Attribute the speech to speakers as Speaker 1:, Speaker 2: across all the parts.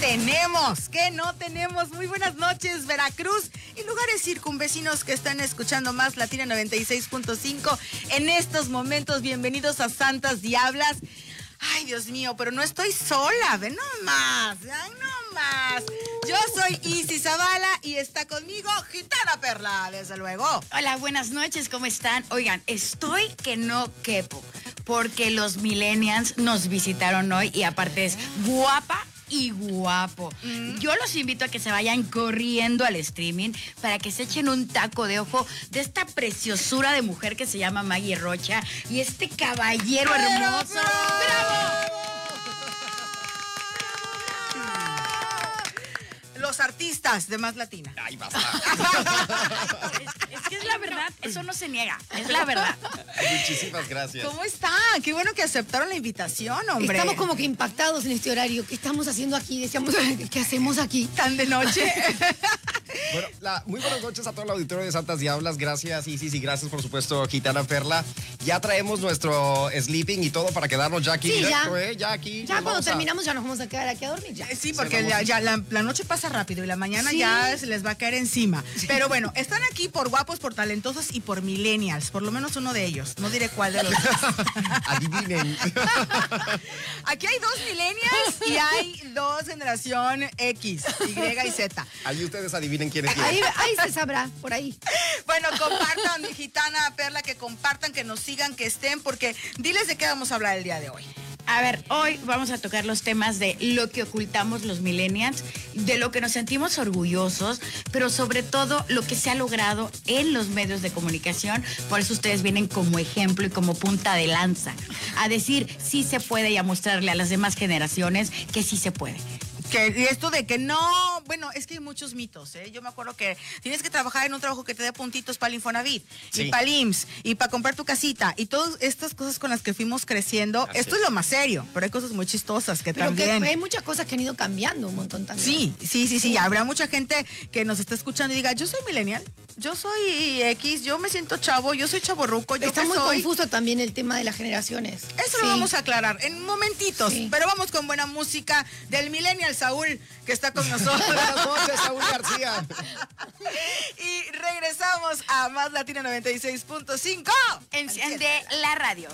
Speaker 1: tenemos? ¿Qué no tenemos? Muy buenas noches, Veracruz y lugares circunvecinos que están escuchando más Latina 96.5 en estos momentos. Bienvenidos a Santas Diablas. Ay, Dios mío, pero no estoy sola, ve nomás, ay, no más. Yo soy Isis Zavala y está conmigo Gitana Perla, desde luego.
Speaker 2: Hola, buenas noches, ¿cómo están? Oigan, estoy que no quepo, porque los millennials nos visitaron hoy y aparte es guapa y guapo. Yo los invito a que se vayan corriendo al streaming para que se echen un taco de ojo de esta preciosura de mujer que se llama Maggie Rocha y este caballero hermoso. ¡Bravo!
Speaker 1: Los artistas de Más Latina.
Speaker 3: Ay, basta.
Speaker 2: Es, es que es la verdad, eso no se niega, es la verdad.
Speaker 3: Muchísimas gracias.
Speaker 1: ¿Cómo está? Qué bueno que aceptaron la invitación, hombre.
Speaker 4: Estamos como que impactados en este horario. ¿Qué estamos haciendo aquí? Decíamos, ¿qué hacemos aquí?
Speaker 1: tan de noche.
Speaker 3: Bueno, la- muy buenas noches a todo el auditorio de Santas Diablas. Gracias, Isis, y gracias, por supuesto, Gitana Perla. Ya traemos nuestro sleeping y todo para quedarnos ya aquí.
Speaker 4: Sí,
Speaker 3: directo,
Speaker 4: ya.
Speaker 3: ¿eh? ya aquí.
Speaker 4: Ya
Speaker 3: Nos
Speaker 4: cuando
Speaker 3: vamos a-
Speaker 4: terminamos ya nos vamos a quedar aquí a dormir ya.
Speaker 1: Sí, porque
Speaker 3: Sí,
Speaker 1: ya,
Speaker 3: vamos.
Speaker 1: ya la, la noche pasa rápido y la mañana
Speaker 4: Sí.
Speaker 1: ya se les va a caer encima. Pero bueno, están aquí por guapos, por talentosos y por millennials, por lo menos uno de ellos. No diré cuál de los dos.
Speaker 3: Adivinen.
Speaker 1: Aquí hay dos millennials y hay dos generación X, Y y Z.
Speaker 3: Ahí ustedes adivinen quién es quién.
Speaker 4: Ahí, ahí se sabrá, por ahí.
Speaker 1: Bueno, compartan, mi gitana Perla, que compartan, que nos sigan, que estén, porque diles de qué vamos a hablar el día de hoy.
Speaker 2: A ver, hoy vamos a tocar los temas de lo que ocultamos los millennials, de lo que nos sentimos orgullosos, pero sobre todo lo que se ha logrado en los medios de comunicación. Por eso ustedes vienen como ejemplo y como punta de lanza a decir sí se puede y a mostrarle a las demás generaciones que sí se puede.
Speaker 1: Que y esto de que no, bueno, es que hay muchos mitos, ¿eh? Yo me acuerdo que tienes que trabajar en un trabajo que te dé puntitos para el Infonavit, y
Speaker 3: Sí.
Speaker 1: para el IMSS, y para comprar tu casita, y todas estas cosas con las que fuimos creciendo.
Speaker 3: Así
Speaker 1: esto es.
Speaker 3: es.
Speaker 1: lo más serio, pero hay cosas muy chistosas que
Speaker 4: Pero que
Speaker 1: también.
Speaker 4: hay muchas cosas que han ido cambiando un montón también.
Speaker 1: Sí, sí, sí, sí. Habrá mucha gente que nos está escuchando y diga, yo soy millennial, yo soy X, yo me siento chavo, yo soy chaborruco, yo
Speaker 4: Está
Speaker 1: qué
Speaker 4: muy
Speaker 1: soy.
Speaker 4: confuso también el tema de las generaciones.
Speaker 1: Eso
Speaker 4: Sí.
Speaker 1: lo vamos a aclarar en momentitos,
Speaker 4: Sí.
Speaker 1: pero vamos con buena música del Millennial Saúl que está con nosotros.
Speaker 3: Buenas noches, Saúl García.
Speaker 1: y regresamos a Más Latina 96.5.
Speaker 2: Enciende la radio.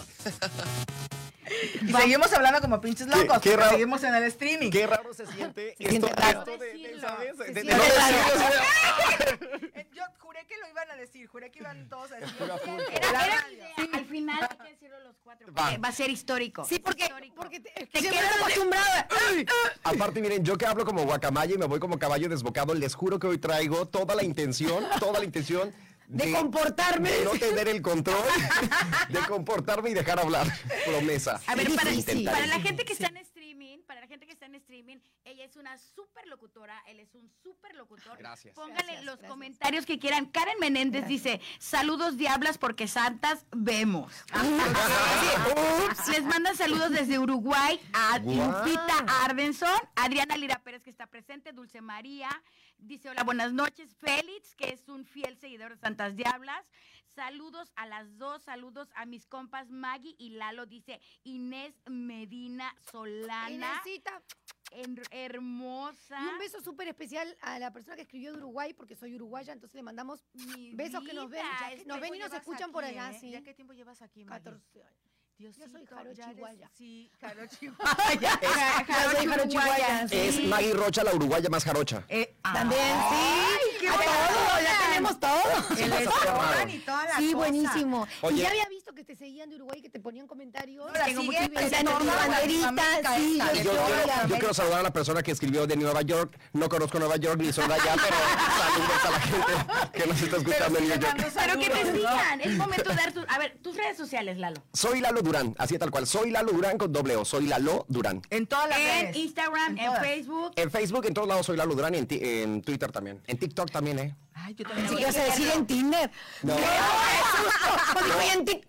Speaker 1: Y seguimos hablando como pinches locos.
Speaker 3: qué
Speaker 1: porque
Speaker 3: raro.
Speaker 1: seguimos en el streaming.
Speaker 3: Qué raro se siente esto,
Speaker 4: siente raro.
Speaker 3: esto de, de-
Speaker 2: Decirlo.
Speaker 3: ¿sabes?
Speaker 2: Se
Speaker 3: De- de-
Speaker 2: siente
Speaker 3: no
Speaker 4: raro.
Speaker 3: decirlo, o
Speaker 1: Eh, Yo juré que lo iban a decir, juré que iban todos a decir.
Speaker 3: Pura culpa.
Speaker 1: "Era la radio".
Speaker 2: Al final hay que decirlo los cuatro.
Speaker 3: Va.
Speaker 2: porque Va a ser histórico.
Speaker 4: Sí, porque,
Speaker 2: Histórico.
Speaker 4: porque te, es
Speaker 2: Te
Speaker 4: que siempre
Speaker 2: quedas
Speaker 4: estoy acostumbrada. ¡Ay!
Speaker 3: sea, Aparte, miren, yo que hablo como guacamaya y me voy como caballo desbocado, les juro que hoy traigo toda la intención, toda la intención
Speaker 4: De comportarme.
Speaker 3: de no tener el control, de comportarme y dejar hablar. Promesa.
Speaker 2: A ver, para,
Speaker 4: Difícil.
Speaker 2: para la gente que está en streaming, para la gente que está en streaming, ella es una super locutora, él es un super locutor.
Speaker 3: Ah, Gracias.
Speaker 2: Pónganle
Speaker 4: Gracias,
Speaker 2: los
Speaker 4: gracias.
Speaker 2: comentarios que quieran. Karen Menéndez dice, saludos diablas porque santas vemos.
Speaker 4: Ah,
Speaker 2: Les mandan saludos desde Uruguay a
Speaker 3: Guau.
Speaker 2: Lupita Arbenson, Adriana Lira Pérez que está presente, Dulce María, dice hola, buenas noches, Félix, que es un fiel seguidor de Santas Diablas. Saludos a las dos, saludos a mis compas Maggie y Lalo, dice Inés Medina Solana,
Speaker 4: Inesita,
Speaker 2: en- hermosa.
Speaker 4: Y un beso súper especial a la persona que escribió de Uruguay, porque soy uruguaya, entonces le mandamos
Speaker 2: Mi
Speaker 4: besos que nos ven,
Speaker 2: vida, Este
Speaker 4: ya que
Speaker 1: este
Speaker 2: ¿qué
Speaker 4: nos ven y
Speaker 2: tiempo
Speaker 4: nos
Speaker 2: llevas
Speaker 4: escuchan por
Speaker 2: aquí,
Speaker 4: allá,
Speaker 2: eh?
Speaker 4: sí.
Speaker 1: ¿Ya qué tiempo llevas aquí, Maggie?
Speaker 4: 14 años.
Speaker 1: Diosito,
Speaker 4: soy Jaro
Speaker 1: ya eres-
Speaker 4: Chihuahua.
Speaker 1: Sí, Jaro Chihuahua.
Speaker 2: Ja-
Speaker 4: Yo soy
Speaker 2: Jarocha, Uruguaya,
Speaker 4: jarochihuaya,
Speaker 2: sí.
Speaker 3: Es Maggie Rocha, la uruguaya más jarocha.
Speaker 1: Eh,
Speaker 4: También, sí.
Speaker 1: qué
Speaker 4: A ver,
Speaker 1: bárbaro.
Speaker 4: ya tenemos todo.
Speaker 1: El eslogan y toda la
Speaker 4: Sí,
Speaker 1: cosa.
Speaker 4: buenísimo. Y
Speaker 3: Oye.
Speaker 4: ya había visto que te seguían de Uruguay, que te ponían comentarios.
Speaker 1: Ahora
Speaker 4: Tengo
Speaker 1: sigue,
Speaker 4: mucha envidia.
Speaker 1: en
Speaker 4: Tengo
Speaker 1: toda
Speaker 4: banderita,
Speaker 1: Latinoamérica
Speaker 4: sí,
Speaker 1: está.
Speaker 3: Y
Speaker 4: yo
Speaker 3: Yo
Speaker 4: estoy
Speaker 3: quiero,
Speaker 4: allá.
Speaker 3: yo quiero saludar a la persona que escribió de Nueva York. No conozco Nueva York ni soy de allá, pero saludos a la gente que nos está escuchando en New York.
Speaker 2: Pero que te
Speaker 1: Saludos, ¿no?
Speaker 2: sigan, es momento de dar tus... A ver, tus redes sociales, Lalo.
Speaker 3: Soy Lalo Durán, así tal cual. Soy Lalo Durán con doble O. Soy Lalo Durán.
Speaker 1: En todas las
Speaker 2: En
Speaker 1: redes.
Speaker 2: Instagram,
Speaker 1: En
Speaker 2: en
Speaker 1: todas.
Speaker 2: Facebook.
Speaker 3: En Facebook, en todos lados soy Lalo Durán y en, ti- en Twitter también. En TikTok también, ¿eh?
Speaker 1: Ay, yo también.
Speaker 4: Sí, ibas a decir en Tinder.
Speaker 3: No.
Speaker 4: ¡Qué susto!
Speaker 1: Ah,
Speaker 4: Porque voy en Tik-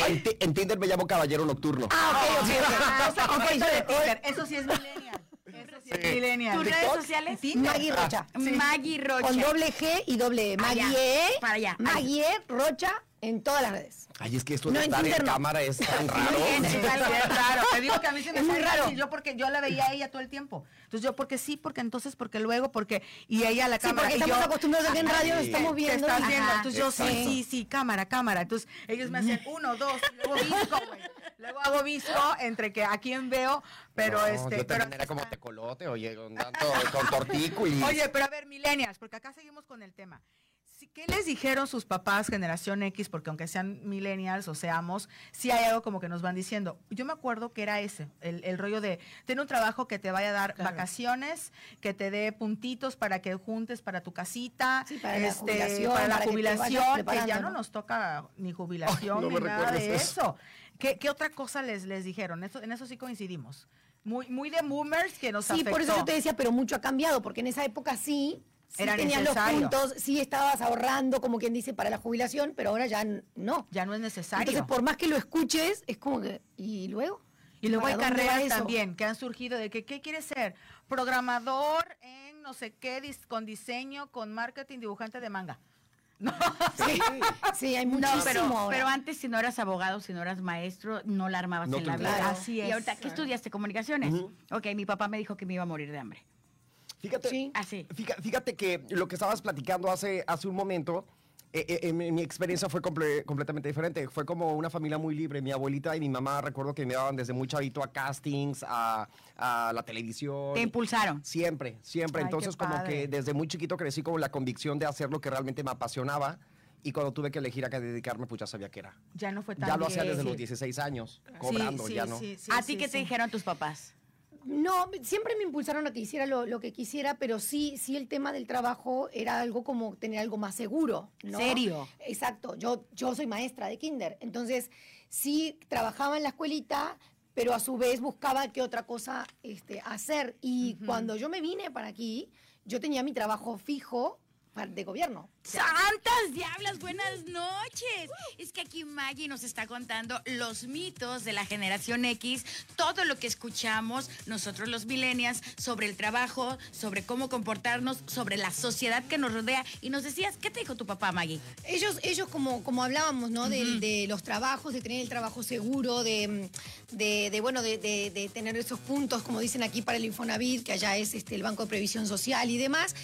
Speaker 3: Ah, En, ti- en Tinder me llamo Caballero Nocturno.
Speaker 4: Ah, ok, ok, ok.
Speaker 1: Ah,
Speaker 4: Ok,
Speaker 1: poquito
Speaker 4: yo-
Speaker 1: de Tinder. Eso sí es millennial. Eso sí es millennial.
Speaker 2: Tus redes sociales.
Speaker 4: Maggie
Speaker 1: Ah,
Speaker 4: Rocha.
Speaker 2: Maggie Rocha.
Speaker 4: Con doble G y doble E. Maggie E.
Speaker 2: para allá.
Speaker 4: Maggie E, Rocha En todas las redes.
Speaker 5: Ay, es que esto de
Speaker 4: No, en
Speaker 5: estar en
Speaker 4: Tinder no.
Speaker 5: cámara es tan raro.
Speaker 1: Es raro, te digo que a mí se me
Speaker 4: Es muy
Speaker 1: sale
Speaker 4: raro.
Speaker 1: fácil, Yo porque yo la veía a ella todo el tiempo. Entonces yo porque sí, porque entonces, porque luego, porque y ella a la
Speaker 4: Sí,
Speaker 1: cámara.
Speaker 4: porque
Speaker 1: y
Speaker 4: estamos
Speaker 1: yo-
Speaker 4: acostumbrados a que en radio nos
Speaker 1: Sí.
Speaker 4: estamos
Speaker 1: Te
Speaker 4: viendo.
Speaker 1: estás
Speaker 4: Ajá.
Speaker 1: viendo. Entonces yo sí,
Speaker 5: Exacto.
Speaker 1: sí, sí, cámara, cámara. Entonces ellos me hacen uno, dos, y luego visco, güey. Luego hago visco entre que a quién veo, pero
Speaker 5: No,
Speaker 1: este.
Speaker 5: Yo
Speaker 1: pero
Speaker 5: también era
Speaker 1: aquí
Speaker 5: como
Speaker 1: está.
Speaker 5: tecolote, oye, con tanto, con
Speaker 4: Mm.
Speaker 5: tortícolis.
Speaker 1: Oye, pero a ver, millennials, porque acá seguimos con el tema. Si- ¿Qué les dijeron sus papás generación X? Porque aunque sean millennials o seamos, sí hay algo como que nos van diciendo. Yo me acuerdo que era ese, el, el rollo de tener un trabajo que te vaya a dar vacaciones, que te dé puntitos para que juntes para tu casita,
Speaker 4: Sí, para la
Speaker 1: este,
Speaker 4: jubilación,
Speaker 1: para la
Speaker 4: para que te vayas
Speaker 1: jubilación, que,
Speaker 4: preparando,
Speaker 1: ya no
Speaker 4: ¿no?
Speaker 1: nos toca ni jubilación
Speaker 5: Ay, no
Speaker 1: ni
Speaker 5: me
Speaker 1: nada de
Speaker 5: recuerdes
Speaker 1: eso. ¿Qué, qué otra cosa les, les dijeron? Eso- en eso sí coincidimos. Muy, muy de boomers que nos
Speaker 4: Sí, por eso
Speaker 1: afectó.
Speaker 4: yo te decía, pero mucho ha cambiado, porque en esa época sí, sí
Speaker 1: Era
Speaker 4: tenías
Speaker 1: necesario.
Speaker 4: los puntos, sí estabas ahorrando, como quien dice, para la jubilación, pero ahora ya n- no.
Speaker 1: ya no es necesario.
Speaker 4: Entonces, por más que lo escuches, es como que, ¿y luego?
Speaker 1: Y luego hay
Speaker 4: ¿Para dónde va
Speaker 1: carreras
Speaker 4: eso?
Speaker 1: también que han surgido de que, ¿qué quieres ser? Programador en no sé qué, dis- con diseño, con marketing, dibujante de manga.
Speaker 4: Sí, sí, hay
Speaker 2: No,
Speaker 4: muchísimo
Speaker 2: pero,
Speaker 4: ahora.
Speaker 2: pero antes si no eras abogado, si no eras maestro, no la armabas
Speaker 5: No
Speaker 2: en
Speaker 5: te
Speaker 2: la vida.
Speaker 4: claro.
Speaker 1: Así es.
Speaker 2: Y ahorita, ¿qué estudiaste? Comunicaciones.
Speaker 5: Ujú.
Speaker 2: Ok, mi papá me dijo que me iba a morir de hambre.
Speaker 5: Fíjate,
Speaker 4: Sí.
Speaker 2: Así.
Speaker 5: fíjate, fíjate que lo que estabas platicando hace, hace un momento, eh, eh, en mi, mi experiencia fue comple- completamente diferente. Fue como una familia muy libre. Mi abuelita y mi mamá recuerdo que me daban desde muy chavito a castings, a, a la televisión.
Speaker 2: Te impulsaron.
Speaker 5: Siempre, siempre.
Speaker 1: Ay, qué
Speaker 5: Entonces, como
Speaker 1: padre.
Speaker 5: que desde muy chiquito crecí con la convicción de hacer lo que realmente me apasionaba. Y cuando tuve que elegir a qué dedicarme, pues ya sabía qué era.
Speaker 1: Ya no fue tan
Speaker 5: Ya lo hacía desde
Speaker 1: difícil.
Speaker 5: los 16 años, cobrando,
Speaker 1: Sí, sí,
Speaker 5: ya no.
Speaker 1: sí, sí,
Speaker 2: ¿A ti
Speaker 1: sí,
Speaker 2: qué te
Speaker 1: sí.
Speaker 2: dijeron tus papás?
Speaker 4: No, siempre me impulsaron a que hiciera lo, lo que quisiera, pero sí, sí el tema del trabajo era algo como tener algo más seguro. ¿no?
Speaker 2: ¿Serio?
Speaker 4: Exacto. Yo, yo soy maestra de kinder. Entonces, sí trabajaba en la escuelita, pero a su vez buscaba qué otra cosa este, hacer. Y cuando yo me vine para aquí, yo tenía mi trabajo fijo pa- de gobierno.
Speaker 2: Santas diablas, buenas noches. Es que aquí Maggie nos está contando los mitos de la generación X, todo lo que escuchamos nosotros los millennials sobre el trabajo, sobre cómo comportarnos, sobre la sociedad que nos rodea. Y nos decías, ¿qué te dijo tu papá, Maggie?
Speaker 4: Ellos, ellos como, como hablábamos, ¿no? Del- de, los trabajos, de tener el trabajo seguro, de, mm, de, de, bueno, de, de- de tener esos puntos, como dicen aquí para el Infonavit, que allá es este, el Banco de Previsión Social y demás.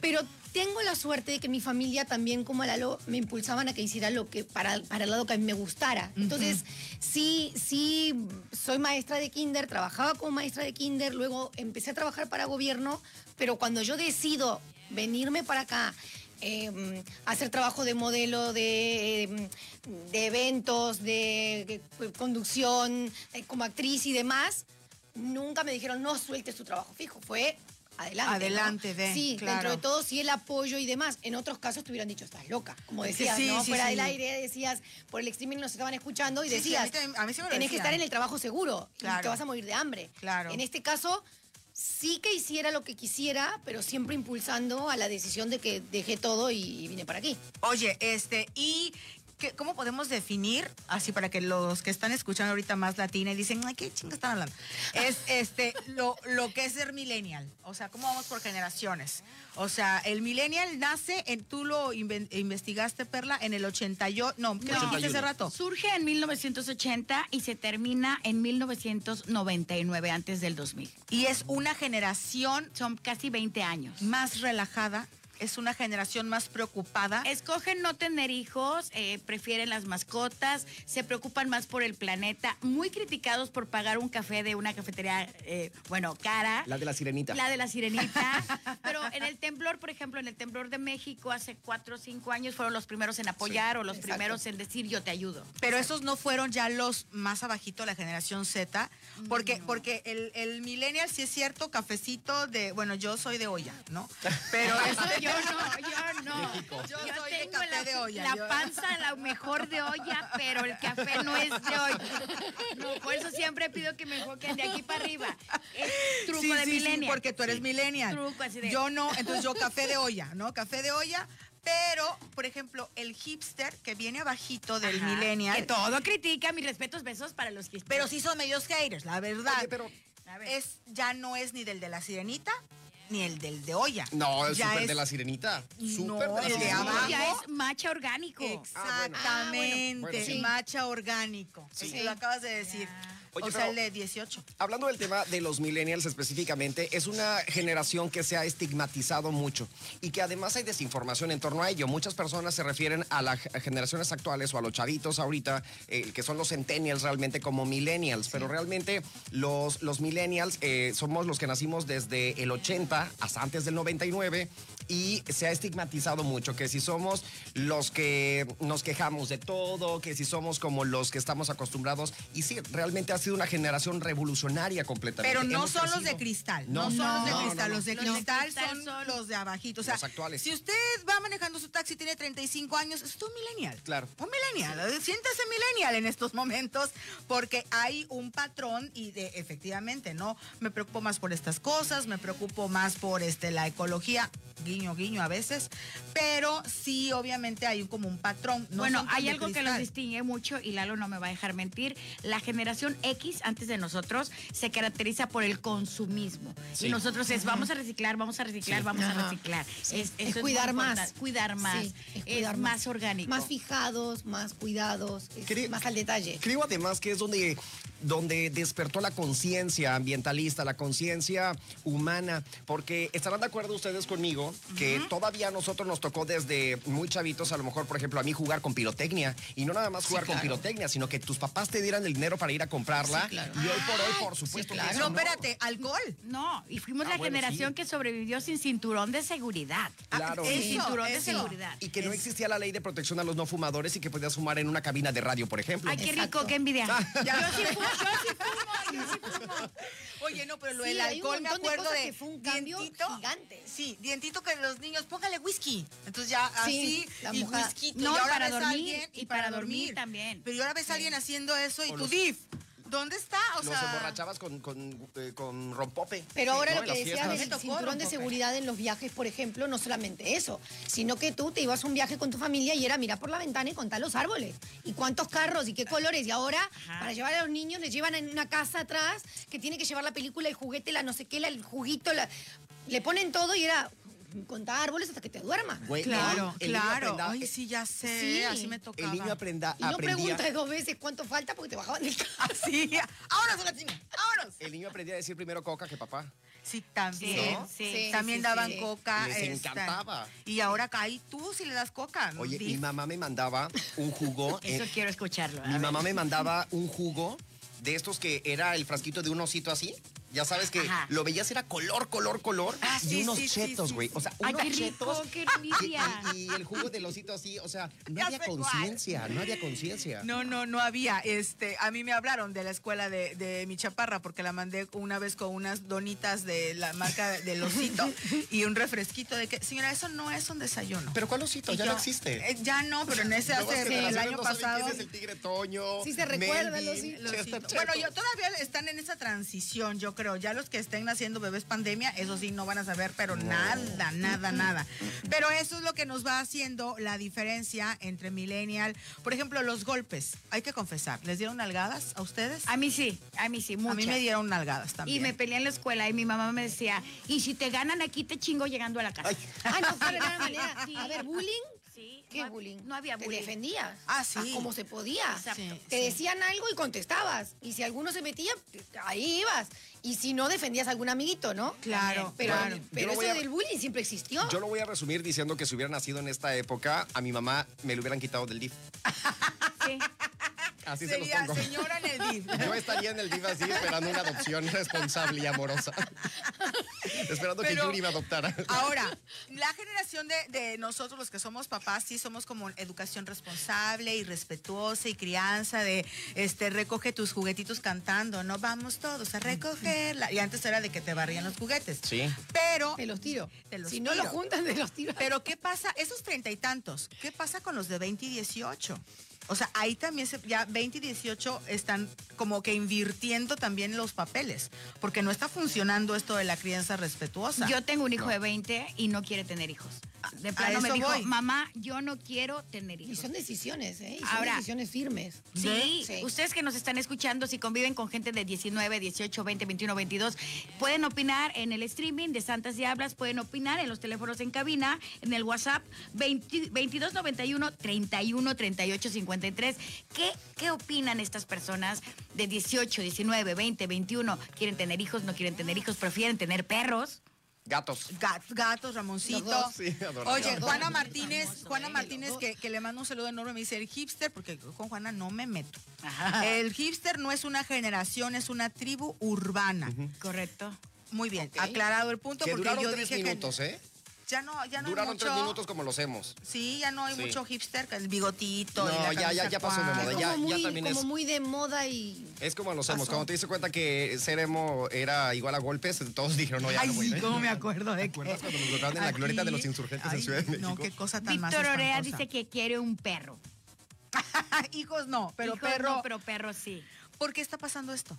Speaker 4: Pero tengo la suerte de que mi familia también, como a Lalo, me impulsaban a que hiciera lo que para, para el lado que a mí me gustara. Entonces, sí, sí, soy maestra de kinder, trabajaba como maestra de kinder, luego empecé a trabajar para gobierno, pero cuando yo decido venirme para acá, eh, hacer trabajo de modelo, de, eh, de eventos, de eh, conducción, eh, como actriz y demás, nunca me dijeron no suelte su trabajo fijo. Fue adelante.
Speaker 1: Adelante,
Speaker 4: ¿no?
Speaker 1: ve,
Speaker 4: Sí,
Speaker 1: claro.
Speaker 4: dentro de todo sí el apoyo y demás. En otros casos te hubieran dicho, estás loca. Como
Speaker 1: Es que
Speaker 4: decías,
Speaker 1: sí,
Speaker 4: ¿no?
Speaker 1: sí,
Speaker 4: Fuera
Speaker 1: sí.
Speaker 4: del aire decías, por el streaming nos estaban escuchando y
Speaker 1: Sí, sí,
Speaker 4: decías,
Speaker 1: a mí también- a mí sí me lo
Speaker 4: tenés que
Speaker 1: decían.
Speaker 4: estar en el trabajo seguro
Speaker 1: Claro.
Speaker 4: y te vas a morir de hambre.
Speaker 1: Claro.
Speaker 4: En este caso, sí que hiciera lo que quisiera, pero siempre impulsando a la decisión de que dejé todo y vine para aquí.
Speaker 1: Oye, este, ¿y qué- cómo podemos definir, así para que los que están escuchando ahorita más latina y dicen, ay, qué chingo están hablando? Es este, lo, lo que es ser millennial. O sea, ¿cómo vamos por generaciones? O sea, el millennial nace, en, tú lo inven- investigaste, Perla, en el 88, no, ¿qué
Speaker 2: No.
Speaker 1: dijiste hace
Speaker 5: 81.
Speaker 1: rato?
Speaker 2: Surge en 1980 y se termina en 1999, antes del 2000.
Speaker 1: Y es una generación
Speaker 2: Son casi 20 años.
Speaker 1: más relajada, es una generación más preocupada.
Speaker 2: Escogen no tener hijos, eh, prefieren las mascotas, se preocupan más por el planeta, muy criticados por pagar un café de una cafetería, eh, bueno, cara.
Speaker 5: La de la sirenita.
Speaker 2: La de la sirenita. Pero en el temblor, por ejemplo, en el temblor de México hace cuatro o cinco años fueron los primeros en apoyar o los
Speaker 4: exacto.
Speaker 2: primeros en decir yo te ayudo.
Speaker 1: Pero esos no fueron ya los más abajito, la generación Z,
Speaker 2: Mm,
Speaker 1: porque, porque el, el millennial sí es cierto, cafecito de, bueno, yo soy de olla, ¿no? Pero
Speaker 2: Eso
Speaker 1: este-
Speaker 2: yo no, yo no.
Speaker 1: Yo soy de
Speaker 2: tengo
Speaker 1: café
Speaker 2: la,
Speaker 1: de olla,
Speaker 2: la
Speaker 1: yo-
Speaker 2: panza la mejor de olla, pero el café no es de olla. No, por eso siempre pido que me enfoquen de aquí para arriba. Es truco
Speaker 1: Sí,
Speaker 2: de
Speaker 1: sí, sí,
Speaker 2: millennial.
Speaker 1: porque tú eres millennial.
Speaker 2: Truco así de-
Speaker 1: Yo no, entonces yo café de olla, ¿no? Café de olla, pero, por ejemplo, el hipster que viene abajito del
Speaker 2: Ajá,
Speaker 1: millennial.
Speaker 2: Que todo critica, mis respetos, besos para los que...
Speaker 1: Pero sí son medios haters, la verdad.
Speaker 5: Oye, pero-
Speaker 2: A ver.
Speaker 1: es, ya no es ni del de la sirenita, ni el del de olla.
Speaker 3: No, el
Speaker 1: Ya
Speaker 3: súper
Speaker 1: es-
Speaker 3: de la sirenita. Súper
Speaker 1: No,
Speaker 3: de la
Speaker 1: el de
Speaker 3: sirenita.
Speaker 1: abajo.
Speaker 2: ya es macha
Speaker 3: Ah,
Speaker 2: orgánico.
Speaker 1: Exactamente,
Speaker 3: Bueno, sí.
Speaker 1: macha orgánico.
Speaker 3: Sí.
Speaker 1: Eso Lo acabas de decir.
Speaker 3: Oye,
Speaker 1: o sea,
Speaker 3: pero-
Speaker 1: el de 18.
Speaker 3: Hablando del tema de los millennials específicamente, es una generación que se ha estigmatizado mucho y que además hay desinformación en torno a ello. Muchas personas se refieren a las generaciones actuales o a los chavitos ahorita, eh, que son los centennials realmente como millennials, pero realmente los, los millennials eh, somos los que nacimos desde el 80 hasta antes del 99 y se ha estigmatizado mucho que si somos los que nos quejamos de todo, que si somos como los que estamos acostumbrados y sí, realmente ha sido una generación revolucionaria completamente.
Speaker 1: Pero no
Speaker 3: Hemos
Speaker 1: son los
Speaker 3: crecido.
Speaker 1: de cristal.
Speaker 3: No,
Speaker 1: No, son los
Speaker 2: no,
Speaker 1: de
Speaker 2: no,
Speaker 1: cristal.
Speaker 2: no,
Speaker 1: Los de
Speaker 2: no. Los de
Speaker 1: cristal
Speaker 2: cristal
Speaker 1: son
Speaker 2: son
Speaker 1: los de abajito. O sea,
Speaker 3: los actuales.
Speaker 1: si usted va manejando su taxi y tiene 35 años, es un millennial.
Speaker 3: Claro.
Speaker 1: Un millennial. Eh, Siéntase millennial en estos momentos porque hay un patrón y de, efectivamente, ¿no? Me preocupo más por estas cosas, me preocupo más por este, la ecología, guiño, guiño a veces, pero sí, obviamente hay un- como un patrón. No
Speaker 2: bueno,
Speaker 1: son tan
Speaker 2: hay
Speaker 1: de
Speaker 2: algo que los
Speaker 1: cristal.
Speaker 2: distingue mucho y Lalo no me va a dejar mentir. La generación X antes de nosotros se caracteriza por el consumismo.
Speaker 3: Sí.
Speaker 2: Y nosotros es vamos a reciclar, vamos a reciclar,
Speaker 3: Sí.
Speaker 2: vamos a
Speaker 4: Ajá.
Speaker 2: reciclar.
Speaker 4: Sí.
Speaker 2: Es, eso
Speaker 4: Es
Speaker 2: muy
Speaker 4: cuidar más.
Speaker 2: importante. Cuidar más.
Speaker 4: Sí,
Speaker 2: es
Speaker 4: cuidar
Speaker 2: más, orgánico.
Speaker 4: Más fijados, más cuidados, es
Speaker 3: Creo-
Speaker 4: más al detalle.
Speaker 3: Creo además que es donde, donde despertó la conciencia ambientalista, la conciencia humana, porque estarán de acuerdo ustedes conmigo que todavía a nosotros nos tocó desde muy chavitos, a lo mejor, por ejemplo, a mí jugar con pirotecnia, y no nada más jugar con pirotecnia, sino que tus papás te dieran el dinero para ir a comprarla, y hoy por hoy, por supuesto, que
Speaker 1: No,
Speaker 3: eso no.
Speaker 1: espérate, alcohol.
Speaker 2: No, y fuimos
Speaker 3: Ah,
Speaker 2: la
Speaker 3: bueno,
Speaker 2: generación
Speaker 3: sí.
Speaker 2: que sobrevivió sin cinturón de seguridad.
Speaker 1: Ah,
Speaker 3: Claro.
Speaker 2: Sin
Speaker 1: eso,
Speaker 2: cinturón de
Speaker 1: eso.
Speaker 2: seguridad.
Speaker 3: Y que no
Speaker 2: Es-
Speaker 3: existía la ley de protección a los no fumadores y que podías fumar en una cabina de radio, por ejemplo.
Speaker 2: Ay, qué
Speaker 4: Exacto.
Speaker 2: rico, qué envidia.
Speaker 1: Ya.
Speaker 2: Yo sí fumo, yo sí
Speaker 1: Oye, no, pero lo
Speaker 4: Sí,
Speaker 1: del
Speaker 4: hay un
Speaker 1: alcohol me
Speaker 4: montón de
Speaker 1: acuerdo de,
Speaker 4: cosas que fue un cambio gigante.
Speaker 1: Sí, dientito que los niños, póngale whisky. Entonces ya
Speaker 4: Sí, la
Speaker 1: así y
Speaker 4: mojada.
Speaker 1: whisky.
Speaker 2: No,
Speaker 1: y ahora
Speaker 2: para
Speaker 1: ves a
Speaker 2: dormir,
Speaker 1: alguien-
Speaker 2: y para dormir también.
Speaker 1: Pero yo ahora ves a alguien haciendo eso y
Speaker 3: O
Speaker 1: tú
Speaker 3: los-
Speaker 1: div. ¿Dónde está? O
Speaker 3: Los
Speaker 1: sea,
Speaker 3: emborrachabas con, con, eh, con rompope.
Speaker 4: Pero ahora
Speaker 3: ¿no?
Speaker 4: lo
Speaker 3: En
Speaker 4: que
Speaker 3: las
Speaker 4: decías
Speaker 3: fiestas.
Speaker 4: del
Speaker 1: Me tocó,
Speaker 4: cinturón de
Speaker 1: Rompope.
Speaker 4: seguridad en los viajes, por ejemplo, no solamente eso, sino que tú te ibas a un viaje con tu familia y era mirar por la ventana y contar los árboles y cuántos carros y qué colores. Y ahora,
Speaker 2: Ajá.
Speaker 4: para llevar a los niños, les llevan en una casa atrás que tiene que llevar la película, el juguete, la no sé qué, la- el juguito, la- le ponen todo y era contar árboles hasta que te duermas.
Speaker 3: Güey,
Speaker 1: claro,
Speaker 3: el- el niño
Speaker 1: claro.
Speaker 3: aprenda-
Speaker 1: Ay, E-, sí, ya sé.
Speaker 4: Sí.
Speaker 1: Así me
Speaker 4: El
Speaker 1: tocaba.
Speaker 3: El niño aprenda,
Speaker 4: Y no
Speaker 3: aprendía.
Speaker 4: preguntas dos veces cuánto falta porque te bajaban del carro.
Speaker 1: Así. Vámonos, Latina. Vámonos.
Speaker 3: El niño aprendía a decir primero coca que papá.
Speaker 1: Sí, también.
Speaker 2: ¿No? Sí,
Speaker 4: sí,
Speaker 1: también
Speaker 4: sí,
Speaker 1: daban
Speaker 4: sí.
Speaker 1: coca.
Speaker 3: Les
Speaker 1: esta,
Speaker 3: encantaba.
Speaker 1: Y ahora caí tú si le das coca.
Speaker 3: Oye,
Speaker 1: Div.
Speaker 3: mi mamá me mandaba un jugo.
Speaker 2: Eso
Speaker 3: eh,
Speaker 2: quiero escucharlo. a
Speaker 3: mi
Speaker 2: ver.
Speaker 3: mamá me mandaba un jugo de estos que era el frasquito de un osito así. Ya sabes que
Speaker 2: Ajá.
Speaker 3: lo veías era color, color, color.
Speaker 1: Ah,
Speaker 3: y
Speaker 1: sí,
Speaker 3: unos
Speaker 1: sí, sí,
Speaker 3: chetos,
Speaker 1: sí,
Speaker 3: güey.
Speaker 1: sí.
Speaker 3: O sea,
Speaker 2: Ay,
Speaker 3: unos
Speaker 2: qué rico,
Speaker 3: chetos.
Speaker 2: qué
Speaker 3: Y,
Speaker 2: envidia.
Speaker 3: y- y el jugo del osito así, o sea, no
Speaker 1: Ya
Speaker 3: había
Speaker 1: sé cuál.
Speaker 3: conciencia, no había conciencia.
Speaker 1: No, no, no había. Este, a mí me hablaron de la escuela de, de mi chaparra porque la mandé una vez con unas donitas de la marca del osito y un refresquito de que, señora, eso no es un desayuno.
Speaker 3: Pero ¿cuál osito?
Speaker 1: Y
Speaker 3: Ya
Speaker 1: yo,
Speaker 3: no existe.
Speaker 1: eh, ya no, pero en ese
Speaker 3: Luego es
Speaker 1: hace
Speaker 3: que las
Speaker 1: el
Speaker 3: señoras
Speaker 1: año
Speaker 3: no saben
Speaker 1: pasado.
Speaker 3: quién es el tigre Toño?
Speaker 4: Sí se recuerda el
Speaker 3: Melvin,
Speaker 1: Los
Speaker 3: Chester
Speaker 1: hitos. Bueno,
Speaker 3: Chetos.
Speaker 1: yo todavía están en esa transición, yo creo. Ya los que estén naciendo bebés pandemia, eso sí, no van a saber, pero nada, nada, nada. Pero eso es lo que nos va haciendo la diferencia entre millennial. Por ejemplo, los golpes, hay que confesar, ¿les dieron nalgadas a ustedes?
Speaker 2: A mí sí, a mí sí, muchas.
Speaker 1: A mí me dieron nalgadas
Speaker 2: Y
Speaker 1: también.
Speaker 2: me peleé en la escuela y mi mamá me decía, y si te ganan aquí te chingo llegando a la casa.
Speaker 4: Ah, no, fue de gran manera.
Speaker 2: Sí.
Speaker 4: A ver, bullying.
Speaker 2: Sí,
Speaker 4: ¿Qué
Speaker 2: no hab-
Speaker 4: bullying?
Speaker 2: No había
Speaker 4: Te
Speaker 2: bullying.
Speaker 4: defendías.
Speaker 1: Ah, sí.
Speaker 4: A como se podía.
Speaker 2: Exacto.
Speaker 1: Sí,
Speaker 4: Te
Speaker 1: sí.
Speaker 4: decían algo y contestabas. Y si alguno se metía, ahí ibas. Y si no, defendías a algún amiguito, ¿no?
Speaker 1: Claro,
Speaker 4: Pero,
Speaker 1: claro.
Speaker 3: Yo
Speaker 4: pero
Speaker 3: lo
Speaker 4: eso
Speaker 3: voy a-
Speaker 4: del bullying siempre existió.
Speaker 3: Yo lo voy a resumir diciendo que si hubiera nacido en esta época, a mi mamá me lo hubieran quitado del DIF.
Speaker 2: Sí.
Speaker 3: Así se
Speaker 1: Sería
Speaker 3: los pongo.
Speaker 1: señora en el DIF.
Speaker 3: Yo estaría en el DIF así esperando una adopción responsable y amorosa. esperando que
Speaker 1: Pero-
Speaker 3: Yuri me adoptara.
Speaker 1: Ahora, la generación de, de nosotros, los que somos papás, sí somos como educación responsable y respetuosa y crianza de este recoge tus juguetitos cantando, no vamos todos a recogerla. Y antes era de que te barrían los juguetes.
Speaker 3: Sí.
Speaker 1: Pero,
Speaker 4: Te los tiro.
Speaker 1: Te los
Speaker 4: si no
Speaker 1: tiro.
Speaker 4: los juntan, te los tiro.
Speaker 1: pero ¿qué pasa? Esos treinta y tantos, ¿qué pasa con los de 20 y 18? O sea, ahí también se- ya 20 y 18 están como que invirtiendo también los papeles, porque no está funcionando esto de la crianza respetuosa.
Speaker 2: Yo tengo un hijo de 20 y no quiere tener hijos. de
Speaker 1: A
Speaker 2: plano me
Speaker 1: eso
Speaker 2: dijo,
Speaker 1: voy.
Speaker 2: mamá, yo no quiero tener
Speaker 4: Y
Speaker 2: hijos.
Speaker 4: son decisiones, ¿eh? Y son
Speaker 2: Ahora-
Speaker 4: decisiones firmes.
Speaker 2: Sí,
Speaker 4: Sí.
Speaker 2: ustedes que nos están escuchando, si conviven con gente de 19, 18, 20, 21, 22, pueden opinar en el streaming de Santas Diablas, pueden opinar en los teléfonos en cabina, en el WhatsApp 20 2291 31 38 53. ¿Qué, ¿Qué opinan estas personas de 18, 19, 20, 21? ¿Quieren tener hijos, no quieren tener hijos, prefieren tener perros?
Speaker 3: Gatos.
Speaker 1: Gat- gatos, Ramoncito.
Speaker 4: Los dos.
Speaker 3: Sí, adorable.
Speaker 1: Oye,
Speaker 4: Los dos.
Speaker 1: Juana
Speaker 4: Los
Speaker 1: Martínez,
Speaker 4: dos.
Speaker 1: Juana
Speaker 4: Los
Speaker 1: Martínez,
Speaker 4: dos.
Speaker 1: que, que le mando un saludo enorme, me dice el hipster, porque yo con Juana no me meto.
Speaker 2: Ajá.
Speaker 1: El hipster no es una generación, es una tribu urbana.
Speaker 2: Correcto.
Speaker 1: Muy bien,
Speaker 4: Ok.
Speaker 1: aclarado el punto,
Speaker 3: Que
Speaker 1: porque
Speaker 3: duraron
Speaker 1: yo
Speaker 3: tres
Speaker 1: dije
Speaker 3: minutos, ¿eh?
Speaker 1: que ya no, ya no hay
Speaker 3: Duraron
Speaker 1: mucho.
Speaker 3: tres minutos como los hemos.
Speaker 1: Sí, ya no hay
Speaker 3: Sí.
Speaker 1: mucho hipster, que el bigotito. y
Speaker 3: No,
Speaker 1: la
Speaker 3: ya- ya-
Speaker 1: camisa
Speaker 3: ya pasó de
Speaker 1: cuadra.
Speaker 3: moda,
Speaker 4: Como,
Speaker 3: ya-
Speaker 4: muy,
Speaker 3: también
Speaker 4: como
Speaker 3: es-
Speaker 4: muy de moda y
Speaker 3: Es como los hemos.
Speaker 4: Pasó.
Speaker 3: Cuando te diste cuenta que ser emo era igual a golpes, todos dijeron, no, ya
Speaker 1: Ay,
Speaker 3: no voy.
Speaker 1: sí,
Speaker 3: ¿eh?
Speaker 1: cómo me acuerdo de que.
Speaker 3: acuerdas cuando nos botaron en la glorieta de los insurgentes en
Speaker 1: Ay,
Speaker 3: Ciudad de
Speaker 1: No,
Speaker 3: México?
Speaker 1: qué cosa tan más
Speaker 2: Víctor Orea
Speaker 1: espantosa.
Speaker 2: dice que quiere un perro.
Speaker 1: Ah, Hijos no, pero
Speaker 2: Hijos no,
Speaker 1: perro.
Speaker 2: pero perro sí.
Speaker 1: ¿Por qué está pasando esto?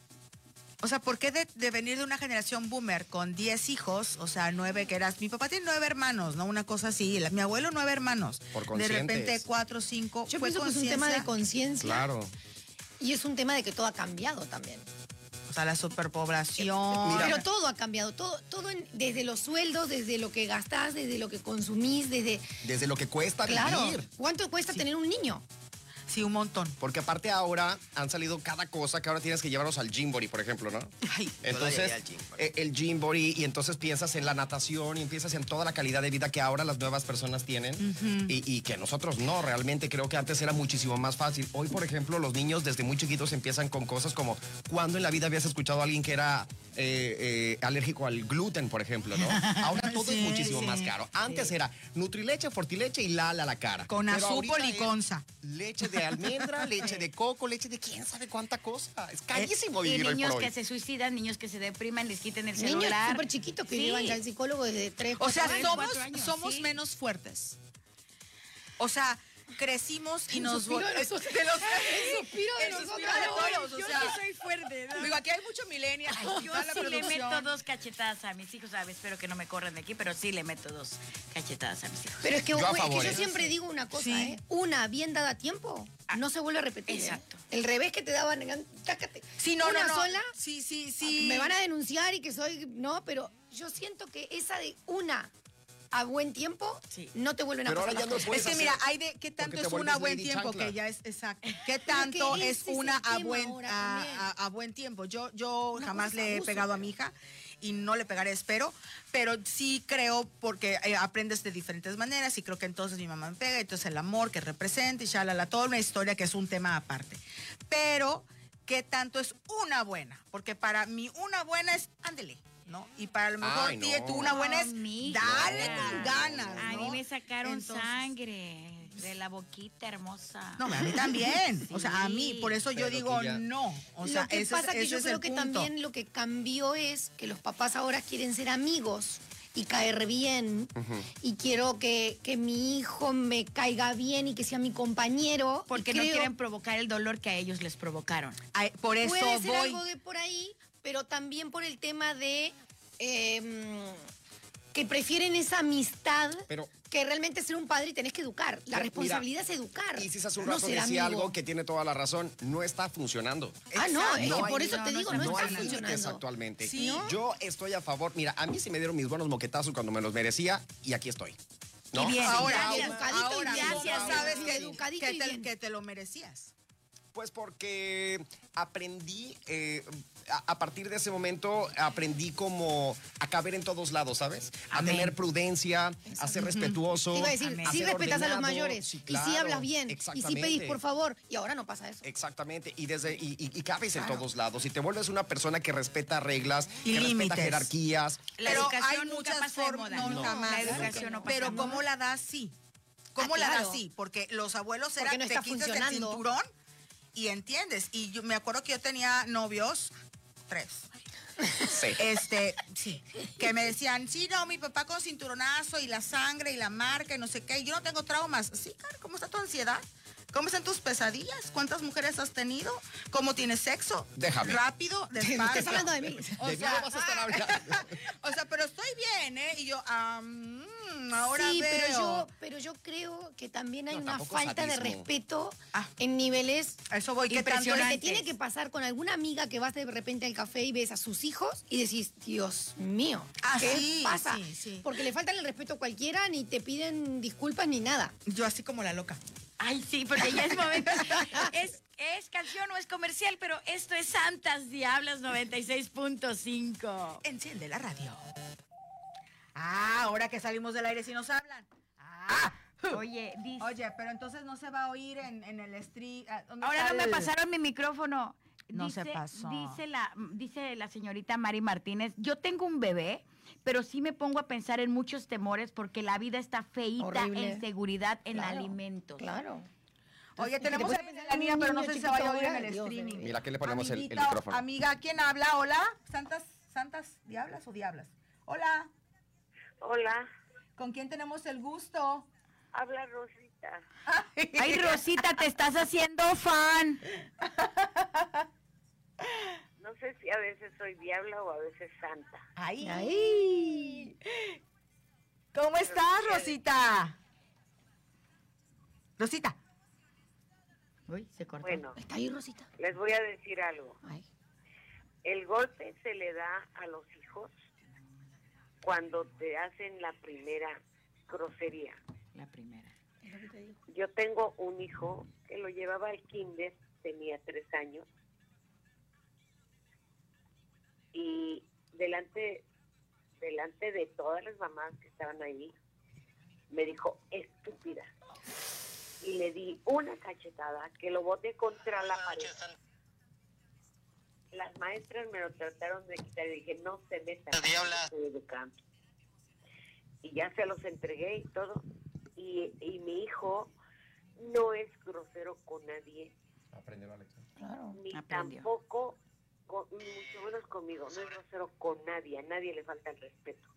Speaker 1: O sea, ¿por qué de, de venir de una generación boomer con 10 hijos, o sea, nueve que eras? Mi papá tiene nueve hermanos, ¿no? Una cosa así. la- mi abuelo, nueve hermanos.
Speaker 3: Por
Speaker 1: de
Speaker 3: conscientes.
Speaker 1: repente, cuatro, cinco.
Speaker 4: Yo
Speaker 1: fue
Speaker 4: pienso que es un tema de
Speaker 1: conciencia.
Speaker 4: conciencia
Speaker 3: Claro.
Speaker 4: y es un tema de que todo ha cambiado también.
Speaker 1: O sea, la superpoblación.
Speaker 4: Pero todo ha cambiado, todo, todo en- desde los sueldos, desde lo que gastás, desde lo que consumís, desde...
Speaker 3: Desde lo que cuesta
Speaker 4: Claro,
Speaker 3: vivir.
Speaker 4: ¿cuánto cuesta tener un niño?
Speaker 1: Sí, un montón.
Speaker 3: Porque aparte ahora han salido cada cosa que ahora tienes que llevarlos al Gymboree, por ejemplo, ¿no?
Speaker 1: Ay,
Speaker 3: Entonces,
Speaker 6: al gym, por
Speaker 3: eh, el Gymboree, y entonces piensas en la natación y empiezas en toda la calidad de vida que ahora las nuevas personas tienen y, y que nosotros no, realmente creo que antes era muchísimo más fácil. Hoy, por ejemplo, los niños desde muy chiquitos empiezan con cosas como, ¿cuándo en la vida habías escuchado a alguien que era eh, eh, alérgico al gluten, por ejemplo, no? Ahora todo
Speaker 1: Sí,
Speaker 3: es muchísimo
Speaker 1: sí,
Speaker 3: más caro. Antes era Nutrileche, Fortileche y Lala la cara.
Speaker 1: Con
Speaker 3: Pero
Speaker 1: azúcar
Speaker 3: ahorita
Speaker 1: y
Speaker 3: es
Speaker 1: conza.
Speaker 3: Leche de almendra, leche de coco, leche de quién sabe cuánta cosa.
Speaker 4: Eh,
Speaker 3: Es carísimo
Speaker 2: Eh, Y
Speaker 3: vivir hoy
Speaker 2: niños
Speaker 3: por hoy.
Speaker 2: que se suicidan, niños que se depriman, les quiten el
Speaker 4: Niños
Speaker 2: celular.
Speaker 4: súper chiquitos que
Speaker 2: Sí.
Speaker 4: llevan ya al psicólogo desde tres,
Speaker 1: O sea,
Speaker 4: cuatro años.
Speaker 1: somos,
Speaker 2: cuatro años,
Speaker 1: somos
Speaker 2: sí.
Speaker 1: menos fuertes. O sea, crecimos y nos...
Speaker 4: suspiro de
Speaker 1: vol-
Speaker 4: nosotros.
Speaker 1: de los-
Speaker 4: El suspiro de
Speaker 1: El
Speaker 4: nosotros.
Speaker 1: suspiro de todos, o sea.
Speaker 2: fuerte. ¿no?
Speaker 1: Digo, aquí hay mucho millennial.
Speaker 2: Yo
Speaker 1: está la
Speaker 2: sí le
Speaker 1: producción.
Speaker 2: meto dos cachetadas a mis hijos, ¿sabes? Espero que no me corran de aquí, pero sí le meto dos cachetadas a mis hijos.
Speaker 4: Pero es que
Speaker 3: Yo
Speaker 4: es
Speaker 3: a
Speaker 4: que yo,
Speaker 3: favor, ¿eh?
Speaker 4: siempre digo una cosa,
Speaker 1: Sí.
Speaker 4: ¿eh? Una bien dada a tiempo, no se vuelve a repetir. ¿eh?
Speaker 2: Exacto.
Speaker 4: El revés que te daban, tácate.
Speaker 1: Sí, no,
Speaker 4: una
Speaker 1: no, no.
Speaker 4: sola, Ah,
Speaker 1: Sí, sí, sí.
Speaker 4: me van a denunciar y que soy. No, pero yo siento que esa de una a buen tiempo
Speaker 2: Sí.
Speaker 4: no te vuelven a
Speaker 3: Pero
Speaker 4: pasar
Speaker 3: ahora ya
Speaker 4: las
Speaker 3: no
Speaker 4: cosas.
Speaker 3: Pues puedes
Speaker 1: Es que
Speaker 3: hacer-
Speaker 1: mira, hay de qué tanto
Speaker 3: porque te
Speaker 1: es
Speaker 3: vuelves
Speaker 1: una a buen
Speaker 3: Lady
Speaker 1: tiempo
Speaker 3: Chancla.
Speaker 1: que ya es exacto. Qué tanto
Speaker 4: que
Speaker 1: es
Speaker 4: ese es
Speaker 1: una
Speaker 4: el
Speaker 1: a
Speaker 4: tema
Speaker 1: buen
Speaker 4: ahora también.
Speaker 1: a, a- a buen tiempo. Yo yo
Speaker 4: Una
Speaker 1: jamás
Speaker 4: cosa es
Speaker 1: le he
Speaker 4: abuso,
Speaker 1: pegado a
Speaker 4: pero-
Speaker 1: mi hija y no le pegaré, espero, pero sí creo porque eh, aprendes de diferentes maneras y creo que entonces mi mamá me pega, entonces el amor que representa y la toda una historia que es un tema aparte. Pero qué tanto es una buena, porque para mí una buena es ándele, ¿no? Y para lo mejor
Speaker 3: Ay,
Speaker 1: tía,
Speaker 3: no.
Speaker 1: tú una buena es
Speaker 2: Amiga.
Speaker 1: dale con ganas,
Speaker 2: A mí
Speaker 1: ¿no?
Speaker 2: me sacaron
Speaker 1: Entonces-
Speaker 2: sangre de la boquita hermosa.
Speaker 1: No, a mí también. O sea, a mí,
Speaker 2: Sí.
Speaker 1: por eso yo
Speaker 3: Pero
Speaker 1: digo
Speaker 3: tú ya-
Speaker 1: no. O sea,
Speaker 4: lo que
Speaker 1: ese
Speaker 4: pasa
Speaker 1: es,
Speaker 4: que yo
Speaker 1: ese
Speaker 4: creo
Speaker 1: es
Speaker 4: que
Speaker 1: el punto.
Speaker 4: también lo que cambió es que los papás ahora quieren ser amigos y caer bien y quiero que, que mi hijo me caiga bien y que sea mi compañero y
Speaker 2: Porque no
Speaker 4: creo-
Speaker 2: quieren provocar el dolor que a ellos les provocaron.
Speaker 1: Ay, por eso
Speaker 4: Puede ser
Speaker 1: voy.
Speaker 4: algo de por ahí, pero también por el tema de eh, que prefieren esa amistad
Speaker 3: Pero-
Speaker 4: que realmente ser un padre y tenés que educar. La
Speaker 3: Mira,
Speaker 4: responsabilidad es educar.
Speaker 3: Y si hace un
Speaker 4: no
Speaker 3: rato
Speaker 4: ser
Speaker 3: decía
Speaker 4: amigo.
Speaker 3: algo que tiene toda la razón, no está funcionando.
Speaker 4: Ah, no, es
Speaker 3: No
Speaker 4: que
Speaker 3: hay
Speaker 4: por
Speaker 3: límites,
Speaker 4: eso te
Speaker 2: no
Speaker 4: digo,
Speaker 2: está
Speaker 4: no,
Speaker 3: No hay
Speaker 2: funcionando.
Speaker 4: está
Speaker 3: límites
Speaker 4: funcionando.
Speaker 3: actualmente.
Speaker 1: Sí.
Speaker 3: Yo estoy a favor. Mira, a mí sí me dieron mis buenos moquetazos cuando me los merecía y aquí estoy. ¿No?
Speaker 2: Y bien.
Speaker 1: Ahora,
Speaker 4: Gracias,
Speaker 1: ahora,
Speaker 4: educadito y
Speaker 1: ahora
Speaker 4: bien.
Speaker 1: gracias,
Speaker 4: Ahora
Speaker 1: sabes
Speaker 4: sí.
Speaker 1: que,
Speaker 4: Educadito
Speaker 1: que
Speaker 4: y
Speaker 1: te,
Speaker 4: bien.
Speaker 1: que te lo merecías.
Speaker 3: Pues porque aprendí, eh, a, a partir de ese momento, aprendí como a caber en todos lados, ¿sabes? A
Speaker 2: Amén.
Speaker 3: tener prudencia, a ser respetuoso.
Speaker 4: Te iba a decir,
Speaker 3: a
Speaker 4: si
Speaker 3: ser
Speaker 4: respetas a los
Speaker 3: ordenado.
Speaker 4: mayores,
Speaker 3: Sí,
Speaker 4: y si
Speaker 3: claro,
Speaker 4: hablas bien, y si pedís
Speaker 3: exactamente.
Speaker 4: por favor, y ahora no pasa eso.
Speaker 3: Exactamente, y desde y, y- y cabes en todos lados, y te vuelves una persona que respeta reglas,
Speaker 1: Y
Speaker 3: que respeta
Speaker 1: límites.
Speaker 3: jerarquías.
Speaker 2: La
Speaker 1: Pero
Speaker 2: educación
Speaker 1: hay
Speaker 2: nunca
Speaker 1: muchas
Speaker 2: pasa de
Speaker 1: formas.
Speaker 2: moda.
Speaker 1: No,
Speaker 2: No,
Speaker 1: jamás.
Speaker 2: la educación no pasa de
Speaker 1: Pero
Speaker 2: moda.
Speaker 1: ¿cómo la das? Sí. ¿Cómo
Speaker 4: Ah,
Speaker 1: la
Speaker 4: claro.
Speaker 1: das? Sí. Porque los abuelos
Speaker 4: Porque
Speaker 1: eran,
Speaker 4: no
Speaker 1: te
Speaker 4: está
Speaker 1: quitas el
Speaker 4: funcionando.
Speaker 1: cinturón y entiendes. Y yo me acuerdo que yo tenía novios, tres.
Speaker 3: Sí.
Speaker 1: Este, sí, que me decían, sí, no, mi papá con cinturonazo y la sangre y la marca y no sé qué, y yo no tengo traumas. Sí, cara, ¿cómo está tu ansiedad? ¿Cómo están tus pesadillas? ¿Cuántas mujeres has tenido? ¿Cómo tienes sexo?
Speaker 3: Déjame.
Speaker 1: Rápido, despacio.
Speaker 4: Estás hablando de mí.
Speaker 1: O
Speaker 3: De mí
Speaker 1: sea,
Speaker 3: no vas a estar hablando.
Speaker 1: o sea, pero estoy bien, ¿eh? Y yo, ah, mm, ahora
Speaker 4: sí,
Speaker 1: veo.
Speaker 4: pero yo, pero yo creo que también hay
Speaker 3: No,
Speaker 4: una
Speaker 3: tampoco es
Speaker 4: falta de
Speaker 3: sadismo.
Speaker 4: respeto
Speaker 1: Ah.
Speaker 4: en niveles
Speaker 1: A eso voy, ¿qué tanto?
Speaker 4: impresionantes.
Speaker 1: es?
Speaker 4: Te tiene que pasar con alguna amiga que vas de repente al café y ves a sus hijos y decís, Dios mío,
Speaker 1: Ah,
Speaker 4: ¿qué
Speaker 1: sí,
Speaker 4: pasa?
Speaker 1: sí, sí.
Speaker 4: Porque le faltan el respeto a cualquiera, ni te piden disculpas ni nada.
Speaker 1: Yo así como la loca.
Speaker 2: Ay, sí, porque ya es momento. es, es canción o es comercial, pero esto es Santas Diablas 96.5.
Speaker 1: Enciende la radio. Ah, ahora que salimos del aire sí nos hablan. Ah.
Speaker 2: Oye, dice.
Speaker 1: Oye, pero entonces no se va a oír en, en el stream. ah, ¿dónde
Speaker 2: Ahora
Speaker 1: está
Speaker 2: no me
Speaker 1: el-
Speaker 2: pasaron mi micrófono.
Speaker 1: No se pasó.
Speaker 2: Dice la, dice la señorita Mari Martínez, yo tengo un bebé, pero sí me pongo a pensar en muchos temores porque la vida está feíta
Speaker 4: Horrible.
Speaker 2: en seguridad, en
Speaker 4: Claro,
Speaker 2: alimentos.
Speaker 4: Claro.
Speaker 1: Oye,
Speaker 4: Es que
Speaker 1: tenemos
Speaker 4: te
Speaker 1: a
Speaker 4: puede
Speaker 1: la niña,
Speaker 4: un
Speaker 1: pero no
Speaker 4: niño
Speaker 1: sé si se
Speaker 4: chiquito
Speaker 1: vaya a oír en
Speaker 4: ahora,
Speaker 1: el
Speaker 4: Dios,
Speaker 1: streaming.
Speaker 4: Dios.
Speaker 5: Mira, aquí le ponemos el- el
Speaker 1: Amiguita o
Speaker 5: micrófono.
Speaker 1: Amiga, ¿quién habla? Hola. ¿Santas, santas diablas o diablas? Hola.
Speaker 6: Hola,
Speaker 1: ¿Con quién tenemos el gusto?
Speaker 6: habla Rosita.
Speaker 2: Ay, Rosita, te estás haciendo fan.
Speaker 6: No sé si a veces soy diabla o a veces santa.
Speaker 1: Ay.
Speaker 4: Ay.
Speaker 1: ¿Cómo estás, Rosita? Rosita.
Speaker 2: Uy, se cortó.
Speaker 6: Bueno,
Speaker 4: ¿Está ahí, Rosita?
Speaker 6: les voy a decir algo.
Speaker 4: Ay.
Speaker 6: El golpe se le da a los hijos cuando te hacen la primera grosería.
Speaker 2: La primera.
Speaker 6: Yo tengo un hijo que lo llevaba al kinder, tenía tres años, y delante, delante de todas las mamás que estaban ahí, me dijo, estúpida. Y le di una cachetada que lo boté contra la pared. Las maestras me lo trataron de quitar y dije, no se metan, estoy educando y ya se los entregué y todo. Y, y mi hijo no es grosero con nadie,
Speaker 4: Claro.
Speaker 6: ni
Speaker 2: Aprendió.
Speaker 6: tampoco, con- mucho menos conmigo, no es grosero con nadie, a nadie le falta el respeto.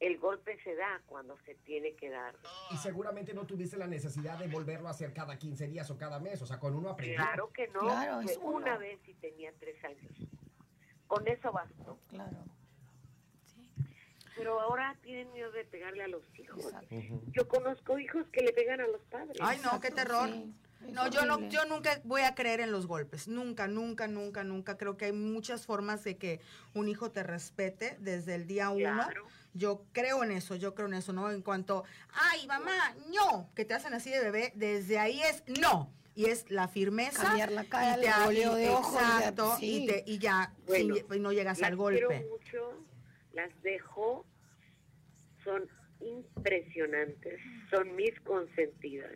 Speaker 6: El golpe se da cuando se tiene que dar.
Speaker 5: Y seguramente no tuviste la necesidad de volverlo a hacer cada 15 días o cada mes. O sea, con uno aprendió.
Speaker 6: Claro que no,
Speaker 4: Claro, es
Speaker 6: fue una
Speaker 4: uno.
Speaker 6: vez y tenía tres años. Con eso bastó.
Speaker 4: Claro.
Speaker 6: Pero ahora tienen miedo de pegarle a los hijos. Yo conozco hijos que le pegan a los padres.
Speaker 1: Ay, no, qué
Speaker 4: Exacto,
Speaker 1: terror.
Speaker 4: sí. Es
Speaker 1: No, yo no,
Speaker 4: horrible.
Speaker 1: yo nunca voy a creer en los golpes. Nunca, nunca, nunca, nunca. Creo que hay muchas formas de que un hijo te respete desde el día uno.
Speaker 6: Claro.
Speaker 1: Yo creo en eso, yo creo en eso, ¿no? En cuanto, ay, mamá, no, que te hacen así de bebé, desde ahí es no. Y es la firmeza.
Speaker 4: Cambiar la cara, el
Speaker 1: a-
Speaker 4: voleo de ojos, ya,
Speaker 1: Exacto.
Speaker 4: sí.
Speaker 1: y, te- y ya
Speaker 6: Bueno,
Speaker 1: sin- y no llegas
Speaker 6: Las
Speaker 1: al
Speaker 6: quiero
Speaker 1: golpe.
Speaker 6: mucho, las dejo, son impresionantes, son mis consentidas.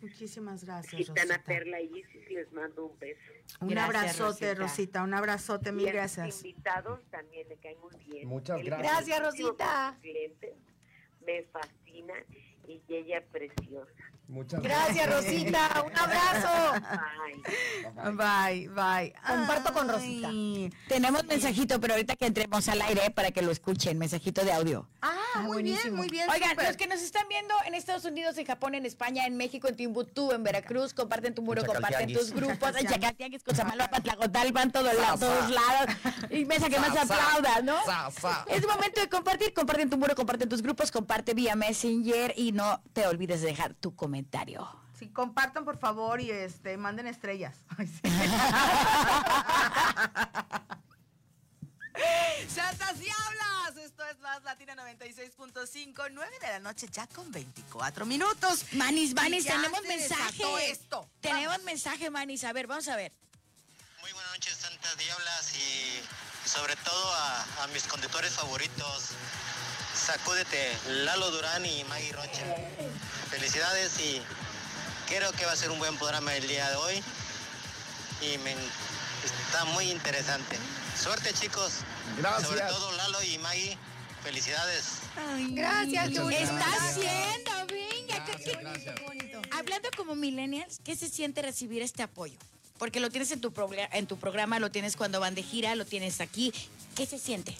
Speaker 1: Muchísimas gracias,
Speaker 6: Gitana
Speaker 1: Rosita.
Speaker 6: Perla y Isis, les mando un beso.
Speaker 1: Un
Speaker 2: Gracias,
Speaker 1: abrazote, Rosita.
Speaker 2: Rosita.
Speaker 1: Un abrazote,
Speaker 6: Y
Speaker 1: mil
Speaker 6: a mis
Speaker 1: gracias.
Speaker 6: invitados también me caen muy bien.
Speaker 5: Muchas
Speaker 6: El
Speaker 5: gracias.
Speaker 4: Gracias,
Speaker 6: ejercicio
Speaker 4: Rosita.
Speaker 6: con sus clientes me fascina y ella preciosa.
Speaker 5: Muchas
Speaker 4: Gracias, Rosita. Un abrazo.
Speaker 1: Ah.
Speaker 6: Bye.
Speaker 1: Bye, bye.
Speaker 4: Comparto con Rosita.
Speaker 1: Ay.
Speaker 2: Tenemos mensajito, pero ahorita que entremos al aire para que lo escuchen, mensajito de audio.
Speaker 1: Ah, muy bien, muy bien.
Speaker 2: Oigan,
Speaker 1: súper.
Speaker 2: los que nos están viendo en Estados Unidos, en Japón, en España, en México, en Timbuktu, en Veracruz, comparten tu muro,
Speaker 5: En
Speaker 2: comparten tus
Speaker 5: Chacaltianguis.
Speaker 2: grupos, en
Speaker 1: Chacaltianguis.
Speaker 2: Chacaltianguis, Cosamaloapan, Tlacotalpan, todos lados, todos lados. Y mesa que más
Speaker 3: Sa, sa.
Speaker 2: aplauda, ¿no?
Speaker 3: Sa, sa.
Speaker 2: Es momento de compartir, comparten tu muro, comparten tus grupos, comparte vía Messenger y no te olvides de dejar tu comentario.
Speaker 1: Sí, compartan por favor y este manden estrellas. Ay, sí. Santas Diablas, esto es más Latina 96.5, 9 de la noche ya con 24 minutos.
Speaker 2: Manis, Manis,
Speaker 1: Y ya
Speaker 2: tenemos
Speaker 1: se
Speaker 2: mensaje.
Speaker 1: desató esto.
Speaker 2: Tenemos
Speaker 1: Vamos.
Speaker 2: mensaje, Manis. A ver, vamos a ver.
Speaker 7: Muy buenas noches, Santas Diablas, y sobre todo a, a mis conductores favoritos. Sacúdete, Lalo Durán y Maggie Rocha. Felicidades y creo que va a ser un buen programa el día de hoy. Y me, está muy interesante. Suerte, chicos.
Speaker 3: Gracias.
Speaker 7: Sobre todo Lalo y Maggie. Felicidades.
Speaker 4: Gracias, qué bonito.
Speaker 2: Está
Speaker 3: Gracias.
Speaker 2: haciendo, venga. ¿qué- qué-
Speaker 3: Gracias.
Speaker 4: Qué bonito.
Speaker 2: Hablando como millennials, ¿qué se siente recibir este apoyo? Porque lo tienes en tu, progra- en tu programa, lo tienes cuando van de gira, lo tienes aquí. ¿Qué se siente?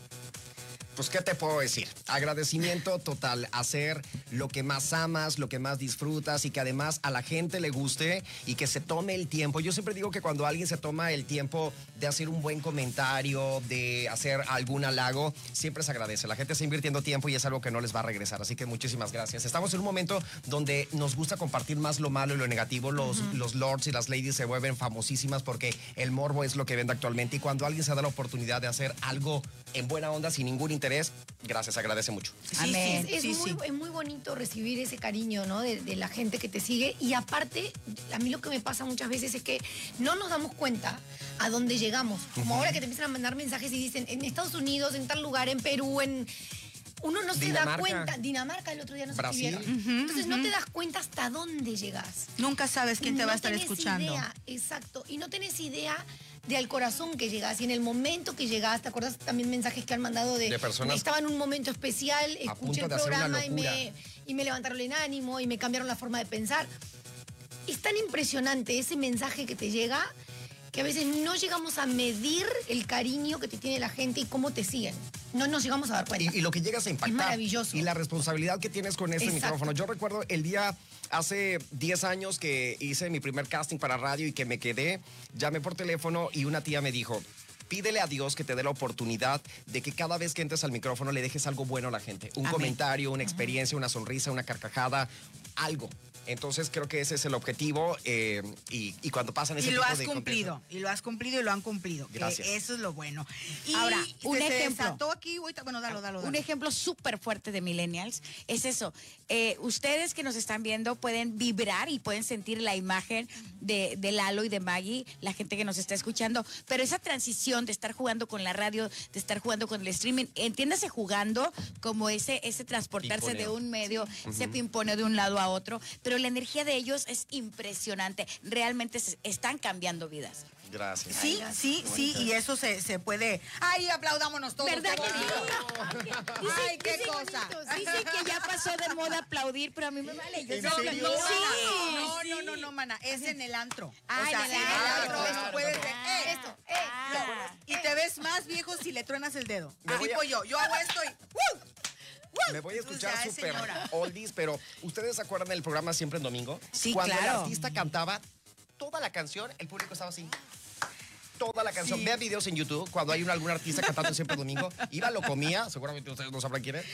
Speaker 3: Pues, ¿qué te puedo decir? Agradecimiento total, hacer lo que más amas, lo que más disfrutas y que además a la gente le guste y que se tome el tiempo. Yo siempre digo que cuando alguien se toma el tiempo de hacer un buen comentario, de hacer algún halago, siempre se agradece. La gente está invirtiendo tiempo y es algo que no les va a regresar. Así que muchísimas gracias. Estamos en un momento donde nos gusta compartir más lo malo y lo negativo. Los, los lords y las ladies se vuelven famosísimas porque el morbo es lo que vende actualmente. Y cuando alguien se da la oportunidad de hacer algo en buena onda, sin ningún interés, gracias, agradece mucho.
Speaker 2: Amén.
Speaker 4: Es, es
Speaker 1: Sí,
Speaker 4: muy,
Speaker 1: sí.
Speaker 4: es muy bonito recibir ese cariño ¿no? de, de la gente que te sigue. Y aparte, a mí lo que me pasa muchas veces es que no nos damos cuenta a dónde llegamos. Como ahora que te empiezan a mandar mensajes y dicen en Estados Unidos, en tal lugar, en Perú, en. Uno no se
Speaker 3: Dinamarca.
Speaker 4: da cuenta. Dinamarca el otro día nos
Speaker 3: Brasil.
Speaker 4: escribieron. Entonces no te das cuenta hasta dónde llegas.
Speaker 1: Nunca sabes quién te
Speaker 4: No
Speaker 1: va a estar
Speaker 4: tenés
Speaker 1: escuchando.
Speaker 4: idea, exacto. Y no tenés idea de al corazón que llegás y en el momento que llegás, ¿te acuerdas también mensajes que han mandado de,
Speaker 3: De personas
Speaker 4: estaba en un momento especial, escuché
Speaker 3: punto
Speaker 4: el
Speaker 3: de hacer una
Speaker 4: programa y me,
Speaker 3: locura.
Speaker 4: y me levantaron el ánimo y me cambiaron la forma de pensar? Es tan impresionante ese mensaje que te llega que a veces no llegamos a medir el cariño que te tiene la gente y cómo te siguen. No nos llegamos a dar cuenta.
Speaker 3: Y, y lo que llegas a impactar.
Speaker 4: maravilloso.
Speaker 3: Y la responsabilidad que tienes con este
Speaker 4: Exacto.
Speaker 3: micrófono. Yo recuerdo el día hace 10 años que hice mi primer casting para radio y que me quedé, llamé por teléfono y una tía me dijo. Pídele a Dios que te dé la oportunidad de que cada vez que entres al micrófono le dejes algo bueno a la gente. Un
Speaker 1: Amén.
Speaker 3: comentario, una experiencia, una sonrisa, una carcajada, algo. Entonces creo que ese es el objetivo eh, y, y cuando pasan
Speaker 1: Y
Speaker 3: ese
Speaker 1: lo
Speaker 3: tipo
Speaker 1: has
Speaker 3: de
Speaker 1: cumplido, y lo has cumplido y lo han cumplido. que
Speaker 3: Gracies.
Speaker 1: eso es lo bueno. Y
Speaker 2: Ahora,
Speaker 1: se-
Speaker 2: un
Speaker 1: se
Speaker 2: ejemplo.
Speaker 1: desató aquí, ahorita- bueno, dalo, dalo, dalo.
Speaker 2: Un ejemplo súper fuerte de millennials es eso. Eh, ustedes que nos están viendo pueden vibrar y pueden sentir la imagen de, de Lalo y de Maggie, la gente que nos está escuchando, pero esa transición de estar jugando con la radio, de estar jugando con el streaming, entiéndase jugando como ese, ese transportarse de
Speaker 3: Pimponeo.
Speaker 2: un medio, se pimpone de un lado a otro, pero la energía de ellos es impresionante. Realmente se- están cambiando vidas.
Speaker 3: Gracias.
Speaker 1: Sí, sí, sí, y eso se, se puede. ¡Ay, aplaudámonos todos!
Speaker 2: ¿Verdad
Speaker 1: qué
Speaker 2: que sí?
Speaker 1: bonito!
Speaker 2: Dicen-
Speaker 1: Ay, qué
Speaker 2: dicen-
Speaker 1: cosa.
Speaker 2: Dicen que ya pasó de moda aplaudir, pero a mí me vale. Yo
Speaker 1: No,
Speaker 2: sí
Speaker 1: no,
Speaker 2: aplaudí.
Speaker 1: mana,
Speaker 2: Sí.
Speaker 1: no, no, no, no, mana, es en el antro.
Speaker 2: Ah,
Speaker 1: o sea,
Speaker 2: en
Speaker 1: en
Speaker 2: el
Speaker 1: el
Speaker 2: antro,
Speaker 1: antro,
Speaker 2: claro,
Speaker 1: esto puede ser,
Speaker 2: claro.
Speaker 1: ¡eh! esto, eh,
Speaker 2: Ah.
Speaker 1: y te ves más viejo si le truenas el dedo.
Speaker 3: Me voy a-
Speaker 1: Tipo yo, yo hago esto y ¡uh! ¡uh!
Speaker 3: Me voy a
Speaker 1: Entonces,
Speaker 3: escuchar
Speaker 1: ya es
Speaker 3: súper
Speaker 1: señora.
Speaker 3: oldies, pero ¿ustedes se acuerdan del programa Siempre en Domingo?
Speaker 2: Sí,
Speaker 3: Cuando
Speaker 2: claro.
Speaker 3: el artista cantaba toda la canción, el público estaba así. Toda la canción. Vean videos en YouTube cuando hay un, algún artista cantando Siempre en Domingo. Iba, lo comía, seguramente ustedes no sabrán quién es.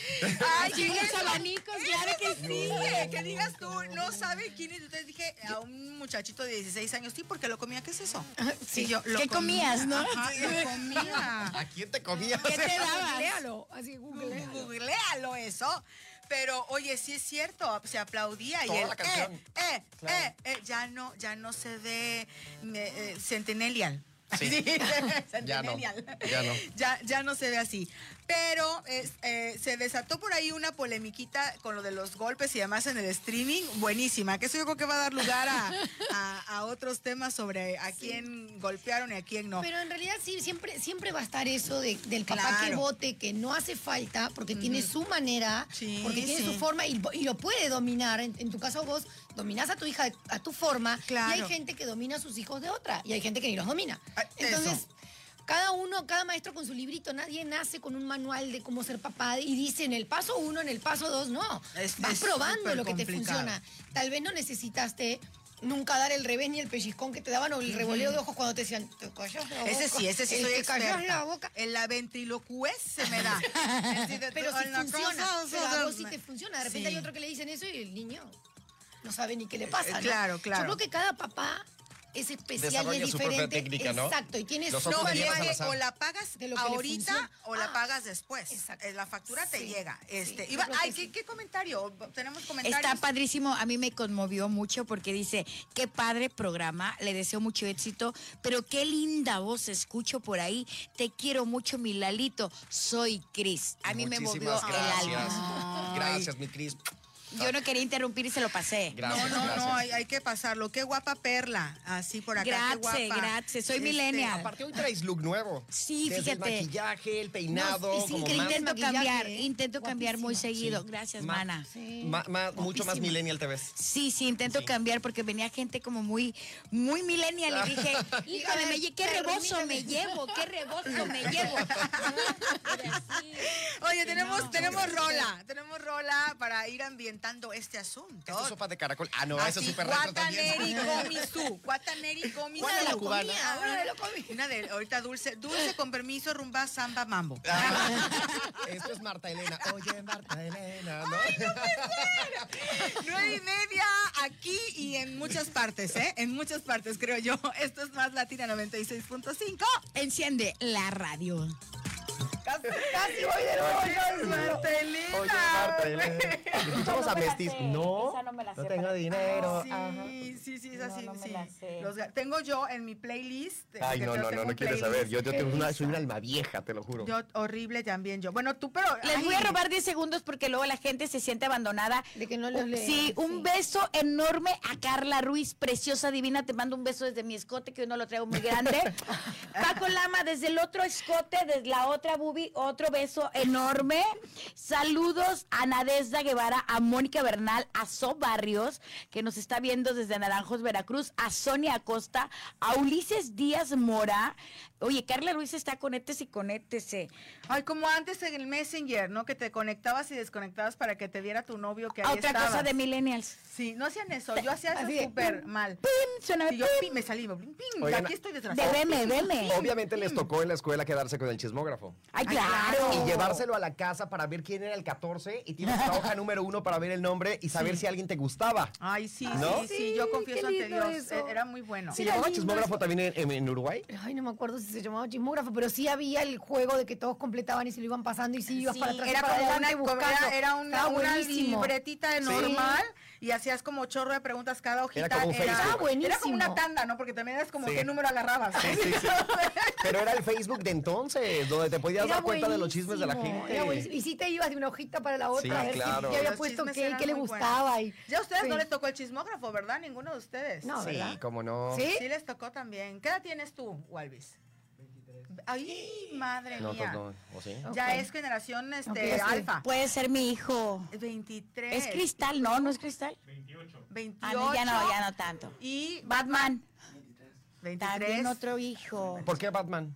Speaker 1: Ay,
Speaker 2: Sí,
Speaker 1: qué
Speaker 2: los abanicos, claro que
Speaker 1: sí. eh, que digas tú, no sabe quién es. Entonces dije a un muchachito de 16 años, sí, porque lo comía, ¿qué es eso? Sí, yo lo
Speaker 2: ¿Qué comías, no?
Speaker 1: Ajá, lo comía.
Speaker 3: ¿A quién te comías?
Speaker 4: Googlealo, así googlealo.
Speaker 1: Googlealo eso. Pero oye, sí es cierto, se aplaudía y
Speaker 3: Toda
Speaker 1: el,
Speaker 3: la canción.
Speaker 1: eh, eh,
Speaker 3: Claro.
Speaker 1: eh, eh, ya no, ya no se ve me, eh, centennial.
Speaker 3: Sí.
Speaker 1: Sí,
Speaker 3: Ya no,
Speaker 1: centennial.
Speaker 3: ya no.
Speaker 1: Ya, ya no se ve así. Pero es, eh, se desató por ahí una polemiquita con lo de los golpes y demás en el streaming, buenísima, que eso yo creo que va a dar lugar a, a- a otros temas sobre a quién golpearon y a quién no.
Speaker 4: Pero en realidad sí, siempre, siempre va a estar eso de- del papá que
Speaker 1: Claro.
Speaker 4: vote, que no hace falta, porque tiene su manera,
Speaker 1: Sí,
Speaker 4: porque tiene
Speaker 1: sí.
Speaker 4: su forma y, y lo puede dominar. En, en tu caso vos dominás a tu hija a tu forma
Speaker 1: Claro.
Speaker 4: y hay gente que domina a sus hijos de otra y hay gente que ni los domina.
Speaker 1: Ah, eso.
Speaker 4: Entonces, cada uno, cada maestro con su librito, nadie nace con un manual de cómo ser papá y dice en el paso uno, en el paso dos, no.
Speaker 1: Es-
Speaker 4: Vas
Speaker 1: es
Speaker 4: probando
Speaker 1: súper
Speaker 4: lo que te
Speaker 1: complicado.
Speaker 4: funciona. Tal vez no necesitaste... Nunca dar el revés ni el pellizcón que te daban o el revoleo de ojos cuando te decían, te callas la
Speaker 1: Ese
Speaker 4: boca.
Speaker 1: sí, ese sí
Speaker 4: El
Speaker 1: soy
Speaker 4: que callás
Speaker 1: experta.
Speaker 4: la boca.
Speaker 1: En la ventrilocuez se me da. Este,
Speaker 4: Pero si funciona, pero a vos sí te funciona. De repente
Speaker 1: Sí. Eh,
Speaker 4: hay otro que le dicen eso y el niño no sabe ni qué le pasa. ¿no?
Speaker 1: claro, claro.
Speaker 4: Yo creo que cada papá es especial y
Speaker 3: Desarrolla
Speaker 4: es
Speaker 3: su propia
Speaker 4: diferente.
Speaker 3: técnica, ¿no?
Speaker 4: Exacto, y tiene
Speaker 3: Los
Speaker 4: su
Speaker 3: ojos
Speaker 1: No,
Speaker 3: de
Speaker 1: y
Speaker 3: Dios
Speaker 1: es
Speaker 3: al
Speaker 1: que
Speaker 3: azar.
Speaker 1: o la pagas
Speaker 4: De lo que le
Speaker 1: ahorita
Speaker 4: funciona.
Speaker 1: o la
Speaker 4: Ah,
Speaker 1: pagas después.
Speaker 4: exacto.
Speaker 1: Eh, La factura te
Speaker 4: Sí,
Speaker 1: llega. Este,
Speaker 4: sí,
Speaker 1: iba-
Speaker 4: yo creo
Speaker 1: ay,
Speaker 4: que
Speaker 1: ¿qué,
Speaker 4: sí.
Speaker 1: qué comentario? Tenemos comentarios.
Speaker 2: Está padrísimo, a mí me conmovió mucho porque dice, qué padre programa, le deseo mucho éxito, pero qué linda voz escucho por ahí, te quiero mucho mi Lalito, soy Cris. A mí me movió
Speaker 3: Muchísimas
Speaker 2: el
Speaker 3: gracias.
Speaker 2: alma.
Speaker 3: Gracias, mi Cris.
Speaker 2: Yo no quería interrumpir y se lo pasé.
Speaker 3: Gracias,
Speaker 1: no, no,
Speaker 3: gracias.
Speaker 1: no, hay, hay que pasarlo. Qué guapa perla. Así por acá. qué
Speaker 2: Gracias,
Speaker 1: guapa. Este,
Speaker 2: gracias. Soy millennial.
Speaker 3: Aparte hoy traes look nuevo.
Speaker 2: Sí,
Speaker 3: Desde El
Speaker 2: fíjate.
Speaker 3: maquillaje, el peinado.
Speaker 4: No, es
Speaker 3: como
Speaker 4: increíble
Speaker 3: más-
Speaker 4: el
Speaker 2: Intento
Speaker 4: maquillaje,
Speaker 2: cambiar,
Speaker 4: ¿eh?
Speaker 2: intento cambiar muy
Speaker 4: Guapísima.
Speaker 2: seguido. Gracias,
Speaker 3: Ma-
Speaker 2: mana.
Speaker 3: ma- ma- mucho más millennial te ves.
Speaker 2: Sí, sí, intento cambiar porque venía gente como muy, muy millennial y dije, híjole, me lle- qué rebozo me llevo, qué rebozo me llevo. Pero sí.
Speaker 1: Oye, Oye, tenemos,
Speaker 8: no.
Speaker 1: tenemos rola, tenemos rola para ir ambientando este asunto.
Speaker 9: Esta sopa de caracol. Ah, no, esa es
Speaker 1: Así,
Speaker 9: súper retro
Speaker 1: Guataneri
Speaker 9: también.
Speaker 1: comisú, Guataneri comisú.
Speaker 9: ¿Cuál es la cubana?
Speaker 1: Ah, una de- Una de, ahorita dulce, dulce con permiso, rumba, samba, mambo.
Speaker 3: Ah.
Speaker 9: Esto es Marta Elena. Oye, Marta Elena, ¿no?
Speaker 1: Nueve y media aquí y en muchas partes, ¿eh? En muchas partes, creo yo. Esto es más Latina 96.5.
Speaker 8: Enciende la radio.
Speaker 1: Casi voy de nuevo. Marta Elena.
Speaker 3: Oye, Marta Elena. Escuchamos a Mestiz. No,
Speaker 2: esa no me la sé,
Speaker 3: tengo
Speaker 2: parece.
Speaker 3: dinero.
Speaker 1: Sí,
Speaker 3: Ajá.
Speaker 1: sí, sí, es así.
Speaker 2: no me
Speaker 1: sí.
Speaker 2: la sé.
Speaker 1: Los ga- tengo yo en mi playlist. eh, porque
Speaker 3: Ay,
Speaker 1: yo
Speaker 3: no, no, no,
Speaker 1: tengo
Speaker 3: no
Speaker 1: un
Speaker 3: quieres
Speaker 1: playlist.
Speaker 3: saber. Yo, yo tengo una, soy un alma vieja, te lo juro.
Speaker 1: Yo, horrible también yo. Bueno, tú, pero.
Speaker 2: Les
Speaker 1: ay,
Speaker 2: voy a robar 10 segundos porque luego la gente se siente abandonada.
Speaker 4: De que no los
Speaker 2: Un-
Speaker 4: lean,
Speaker 2: Oh, Sí,
Speaker 4: sí.
Speaker 2: un beso enorme a Carla Ruiz, preciosa, divina. Te mando un beso desde mi escote, que hoy no lo traigo muy grande. Paco Lama, desde el otro escote, desde la otra bubi, otro beso enorme. Saludos a Nadesda Guevara, a Mónica Bernal, a So Barrios, que nos está viendo desde Naranjos, Veracruz, a Sonia Acosta, a Ulises Díaz Mora. Oye, Carla Ruiz está conéctese y conéctese.
Speaker 1: Ay, como antes en el Messenger, ¿no? Que te conectabas y desconectabas para que te viera tu novio que ahí
Speaker 2: Otra
Speaker 1: estabas.
Speaker 2: cosa de millennials.
Speaker 1: Sí, no hacían eso. Yo hacía eso
Speaker 4: Así de,
Speaker 1: súper mal.
Speaker 2: ¡Pim! Suena
Speaker 1: Sí, yo
Speaker 2: ¡pim!
Speaker 1: pim, me salí. pim, pim,
Speaker 3: Oigan,
Speaker 1: aquí estoy detrás.
Speaker 2: De veme, veme.
Speaker 3: Obviamente les tocó en la escuela quedarse con el chismógrafo.
Speaker 2: Ay, claro.
Speaker 3: Y llevárselo a la casa para ver quién era el 14 y tienes la hoja número uno para ver el nombre y saber si alguien te gustaba.
Speaker 1: Ay, sí,
Speaker 3: ¿No?
Speaker 1: sí, sí, yo confieso
Speaker 4: qué
Speaker 1: ante
Speaker 4: lindo
Speaker 1: Dios.
Speaker 4: eso.
Speaker 1: e- Era muy bueno.
Speaker 3: ¿Se llamaba chismógrafo también en- en- en Uruguay?
Speaker 4: Ay, no me acuerdo si se llamaba chismógrafo, pero sí había el juego de que todos completaban y se lo iban pasando y sí ibas
Speaker 2: Sí,
Speaker 4: para atrás. y
Speaker 1: Era
Speaker 4: para
Speaker 1: como una,
Speaker 4: adelante
Speaker 1: como
Speaker 4: buscando.
Speaker 1: era, era una,
Speaker 4: Estaba
Speaker 1: una
Speaker 4: buenísimo.
Speaker 1: libretita de normal y hacías como chorro de preguntas cada hojita.
Speaker 3: como un Facebook.
Speaker 4: Estaba buenísimo.
Speaker 1: era como una tanda, ¿no? Porque también eras como
Speaker 3: Sí.
Speaker 1: qué número agarrabas.
Speaker 3: Pero era el Facebook de entonces, donde te podías
Speaker 4: Era
Speaker 3: dar cuenta de los
Speaker 4: buenísimo,
Speaker 3: chismes de la
Speaker 4: era
Speaker 3: gente.
Speaker 4: buenísimo. Y sí te ibas de una hojita para la otra
Speaker 3: Sí,
Speaker 4: a ver
Speaker 3: claro.
Speaker 4: si ya había
Speaker 1: Los
Speaker 4: puesto
Speaker 1: chismes
Speaker 4: qué,
Speaker 1: eran
Speaker 4: qué le
Speaker 1: muy buenos.
Speaker 4: gustaba. Y,
Speaker 1: Ya a ustedes no
Speaker 4: Sí.
Speaker 1: les tocó el chismógrafo, ¿verdad? Ninguno de ustedes.
Speaker 4: No,
Speaker 3: Sí,
Speaker 4: ¿verdad?
Speaker 3: cómo no.
Speaker 4: ¿Sí?
Speaker 1: Ah, Sí les tocó también. ¿Qué edad tienes tú, Walvis? 23. Ay, madre
Speaker 3: No,
Speaker 1: mía.
Speaker 3: pues no, ¿o sí?
Speaker 1: Ya
Speaker 4: Ok.
Speaker 1: es generación este,
Speaker 4: Ok, sí.
Speaker 1: alfa.
Speaker 2: Puede ser mi hijo.
Speaker 1: 23.
Speaker 2: Es cristal, no, no es cristal.
Speaker 1: 28.
Speaker 2: Ah, no, ya no, ya no tanto.
Speaker 1: Y
Speaker 2: Batman,
Speaker 1: 23.
Speaker 2: también otro hijo.
Speaker 3: ¿Por qué Batman?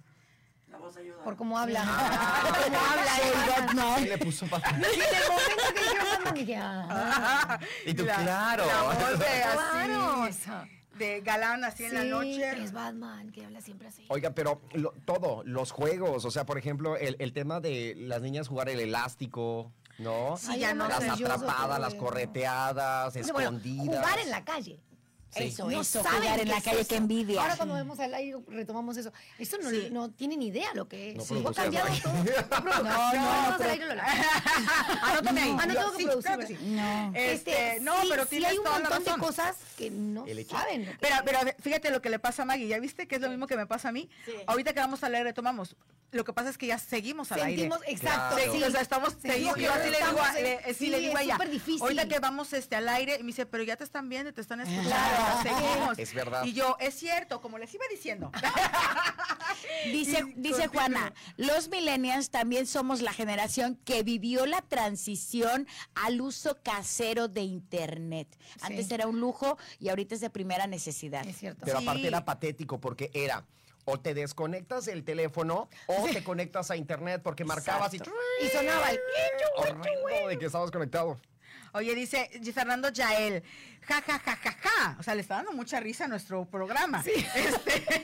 Speaker 4: Por cómo habla.
Speaker 3: Ah.
Speaker 4: Ah,
Speaker 2: Ah, ¿Cómo habla el
Speaker 1: Ah,
Speaker 3: ¿Quién
Speaker 2: Batman?
Speaker 3: le puso Batman?
Speaker 4: Y en el momento que dijeron Batman, dije, ah,
Speaker 3: Y tú,
Speaker 1: La-
Speaker 3: claro.
Speaker 1: La voz de
Speaker 4: claro.
Speaker 1: así, de galán así Ah, en la
Speaker 4: Sí,
Speaker 1: noche.
Speaker 4: Es Batman, que habla siempre así.
Speaker 3: Oiga, pero lo- todo, los juegos, o sea, por ejemplo, el, el tema de las niñas jugar el elástico, ¿no?
Speaker 1: Sí, ya no
Speaker 3: las
Speaker 1: sé.
Speaker 3: atrapadas, las
Speaker 4: todo.
Speaker 3: correteadas,
Speaker 4: No, bueno,
Speaker 3: escondidas.
Speaker 4: jugar en la calle.
Speaker 3: Sí.
Speaker 2: Eso,
Speaker 4: No
Speaker 2: eso,
Speaker 4: saben
Speaker 2: jugar en
Speaker 4: qué
Speaker 2: la
Speaker 4: es
Speaker 2: calle,
Speaker 4: eso.
Speaker 2: que envidia.
Speaker 4: Ahora cuando vemos al aire retomamos eso. Eso no,
Speaker 1: Sí.
Speaker 4: no tienen idea lo que es.
Speaker 3: No
Speaker 4: Sí,
Speaker 3: podemos
Speaker 4: ha cambiado
Speaker 3: hacer
Speaker 4: todo. No, no, no, al aire lo
Speaker 1: Anótame ahí.
Speaker 4: Ah, no tengo que
Speaker 1: Sí,
Speaker 4: producir,
Speaker 1: claro que
Speaker 4: ¿verdad?
Speaker 1: sí.
Speaker 2: No.
Speaker 1: Este, no,
Speaker 4: sí,
Speaker 1: pero
Speaker 4: sí
Speaker 1: tienes
Speaker 4: hay un
Speaker 1: toda la
Speaker 4: montón de
Speaker 1: razón.
Speaker 4: cosas que no
Speaker 3: El hecho.
Speaker 4: saben. lo que-
Speaker 1: Pero, pero fíjate lo que le pasa a Maggie, ¿ya viste? Que es lo mismo que me pasa a mí. Ahorita que vamos al aire retomamos. Lo que pasa es que ya seguimos al
Speaker 4: Sentimos,
Speaker 1: aire.
Speaker 4: exacto.
Speaker 3: Claro.
Speaker 1: Sí, o sea, estamos seguimos. Yo así le digo, a-
Speaker 4: Estamos en-
Speaker 1: le- eh, sí,
Speaker 4: sí,
Speaker 1: le digo
Speaker 4: es
Speaker 1: a ella.
Speaker 4: superdifícil.
Speaker 1: Ahorita que vamos este, al aire, y me dice, pero ya te están viendo, te están escuchando,
Speaker 4: Claro.
Speaker 1: o sea, seguimos.
Speaker 3: Es verdad.
Speaker 1: Y yo, es cierto, como les iba diciendo.
Speaker 2: Dice,
Speaker 1: Y continúa.
Speaker 2: dice Juana, los millennials también somos la generación que vivió la transición al uso casero de Internet. Antes era un lujo y ahorita es de primera necesidad.
Speaker 4: Es cierto.
Speaker 3: Pero
Speaker 1: Sí.
Speaker 3: aparte era patético porque era o te desconectas del teléfono o te conectas a internet porque marcabas y,
Speaker 4: Y sonaba el...
Speaker 3: horrendo de que estabas conectado.
Speaker 1: Oye, dice Fernando Yael, ja, ja, ja, ja, ja. O sea, le está dando mucha risa a nuestro programa. Este,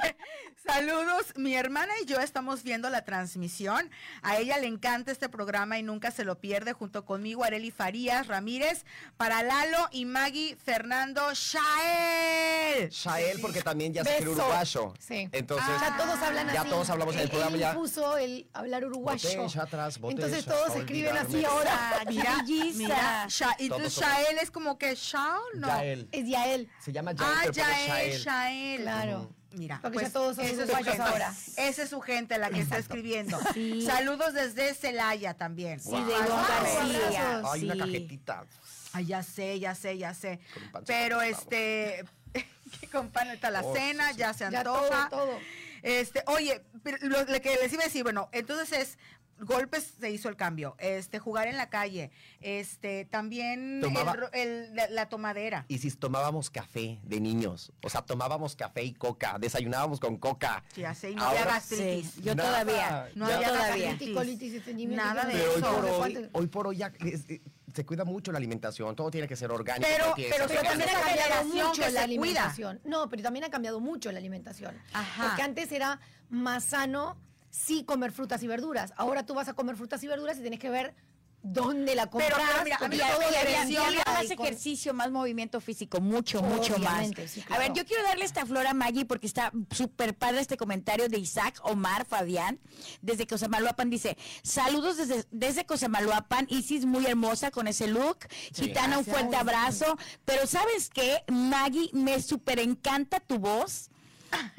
Speaker 1: saludos, mi hermana y yo estamos viendo la transmisión. A ella le encanta este programa y nunca se lo pierde junto conmigo, Areli Farías Ramírez, para Lalo y Maggie Fernando Yael.
Speaker 3: Shael, porque también ya se
Speaker 4: Beso.
Speaker 3: cree uruguayo.
Speaker 4: Sí.
Speaker 3: Entonces,
Speaker 4: Ah,
Speaker 1: Ah,
Speaker 4: ya todos hablan
Speaker 3: ya
Speaker 4: así.
Speaker 3: todos hablamos en el
Speaker 4: Él-
Speaker 3: programa,
Speaker 4: él
Speaker 3: ya.
Speaker 4: impuso el hablar uruguayo.
Speaker 3: Botella tras botella,
Speaker 4: Entonces todos
Speaker 3: pa'
Speaker 4: escriben así
Speaker 3: olvidarme.
Speaker 4: ahora.
Speaker 1: Mira,
Speaker 2: Villiza.
Speaker 1: mira, Sha- y
Speaker 3: Todos
Speaker 1: entonces
Speaker 3: son-
Speaker 1: Yael es como que Shaol, ¿no?
Speaker 3: Yael.
Speaker 4: Es Yael.
Speaker 3: Se llama Yael,
Speaker 1: Ah,
Speaker 3: pero pone
Speaker 1: Yael,
Speaker 3: Shael.
Speaker 1: Yael.
Speaker 4: Claro.
Speaker 1: Mira, pues,
Speaker 4: Porque ya todos son uruguayos
Speaker 1: gente,
Speaker 4: ahora.
Speaker 1: Esa es su gente la que está escribiendo.
Speaker 2: Sí.
Speaker 1: Saludos desde Celaya también.
Speaker 2: Sí, de
Speaker 1: Pásame.
Speaker 2: García.
Speaker 3: Ay, una
Speaker 2: sí.
Speaker 3: cajetita.
Speaker 1: Ay, ya sé, ya sé, ya sé.
Speaker 3: Con pan
Speaker 1: Pero
Speaker 3: salado.
Speaker 1: este, que con pan está la
Speaker 3: Oh,
Speaker 1: cena,
Speaker 3: sí, sí.
Speaker 1: ya se
Speaker 4: Ya
Speaker 1: antoja.
Speaker 4: todo, todo.
Speaker 1: Este, oye, pero lo, lo que les iba a decir, bueno, entonces es golpes se hizo el cambio, este jugar en la calle, este también
Speaker 10: Tomaba-
Speaker 1: el ro- el- la, la tomadera.
Speaker 10: Y si tomábamos café de niños, o sea, tomábamos café y coca, desayunábamos con coca.
Speaker 1: Sí, así, no había
Speaker 10: Ahora
Speaker 1: gastritis.
Speaker 2: Sí, yo
Speaker 10: Nada,
Speaker 2: todavía.
Speaker 1: No
Speaker 10: ya-
Speaker 1: había
Speaker 2: todavía.
Speaker 1: gastritis.
Speaker 4: Colitis, estreñimiento,
Speaker 1: Nada
Speaker 4: yo no
Speaker 1: de
Speaker 10: Pero hoy
Speaker 1: eso.
Speaker 10: por
Speaker 4: ¿De
Speaker 10: hoy,
Speaker 4: cuánto?
Speaker 10: hoy por hoy ya es- eh, se cuida mucho la alimentación, todo tiene que ser orgánico.
Speaker 1: Pero-
Speaker 10: todo tiene que
Speaker 1: pero
Speaker 10: ser
Speaker 1: se
Speaker 10: vegano.
Speaker 1: también ha cambiado mucho la alimentación.
Speaker 4: alimentación. No, pero también ha cambiado mucho la alimentación.
Speaker 1: Ajá.
Speaker 4: Porque antes era más sano sí comer frutas y verduras. Ahora tú vas a comer frutas y verduras y tienes que ver dónde la compras.
Speaker 1: pero mira, a mí
Speaker 4: porque
Speaker 1: lo que
Speaker 4: todo
Speaker 1: me
Speaker 4: depende
Speaker 1: decía-
Speaker 4: de
Speaker 1: Yo
Speaker 2: había
Speaker 4: la
Speaker 2: más
Speaker 4: alcohol.
Speaker 2: ejercicio, más movimiento físico, mucho, mucho más.
Speaker 4: Obviamente, sí,
Speaker 2: A ver,
Speaker 4: claro.
Speaker 2: yo quiero darle esta flor a Maggie porque está súper padre este comentario de Isaac Omar Fabián desde Cosamaloapan. Dice, saludos desde, desde Cosamaloapan, Isis muy hermosa con ese look, Gitana un fuerte abrazo, pero ¿sabes qué? Maggie, me súper encanta tu voz.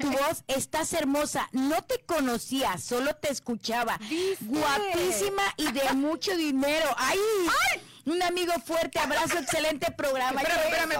Speaker 2: Tu voz estás hermosa. No te conocía, solo te escuchaba. Guapísima y de mucho dinero. ¡Ay! Un amigo fuerte, abrazo, excelente programa.
Speaker 1: Espérame,
Speaker 2: Yo
Speaker 1: espérame,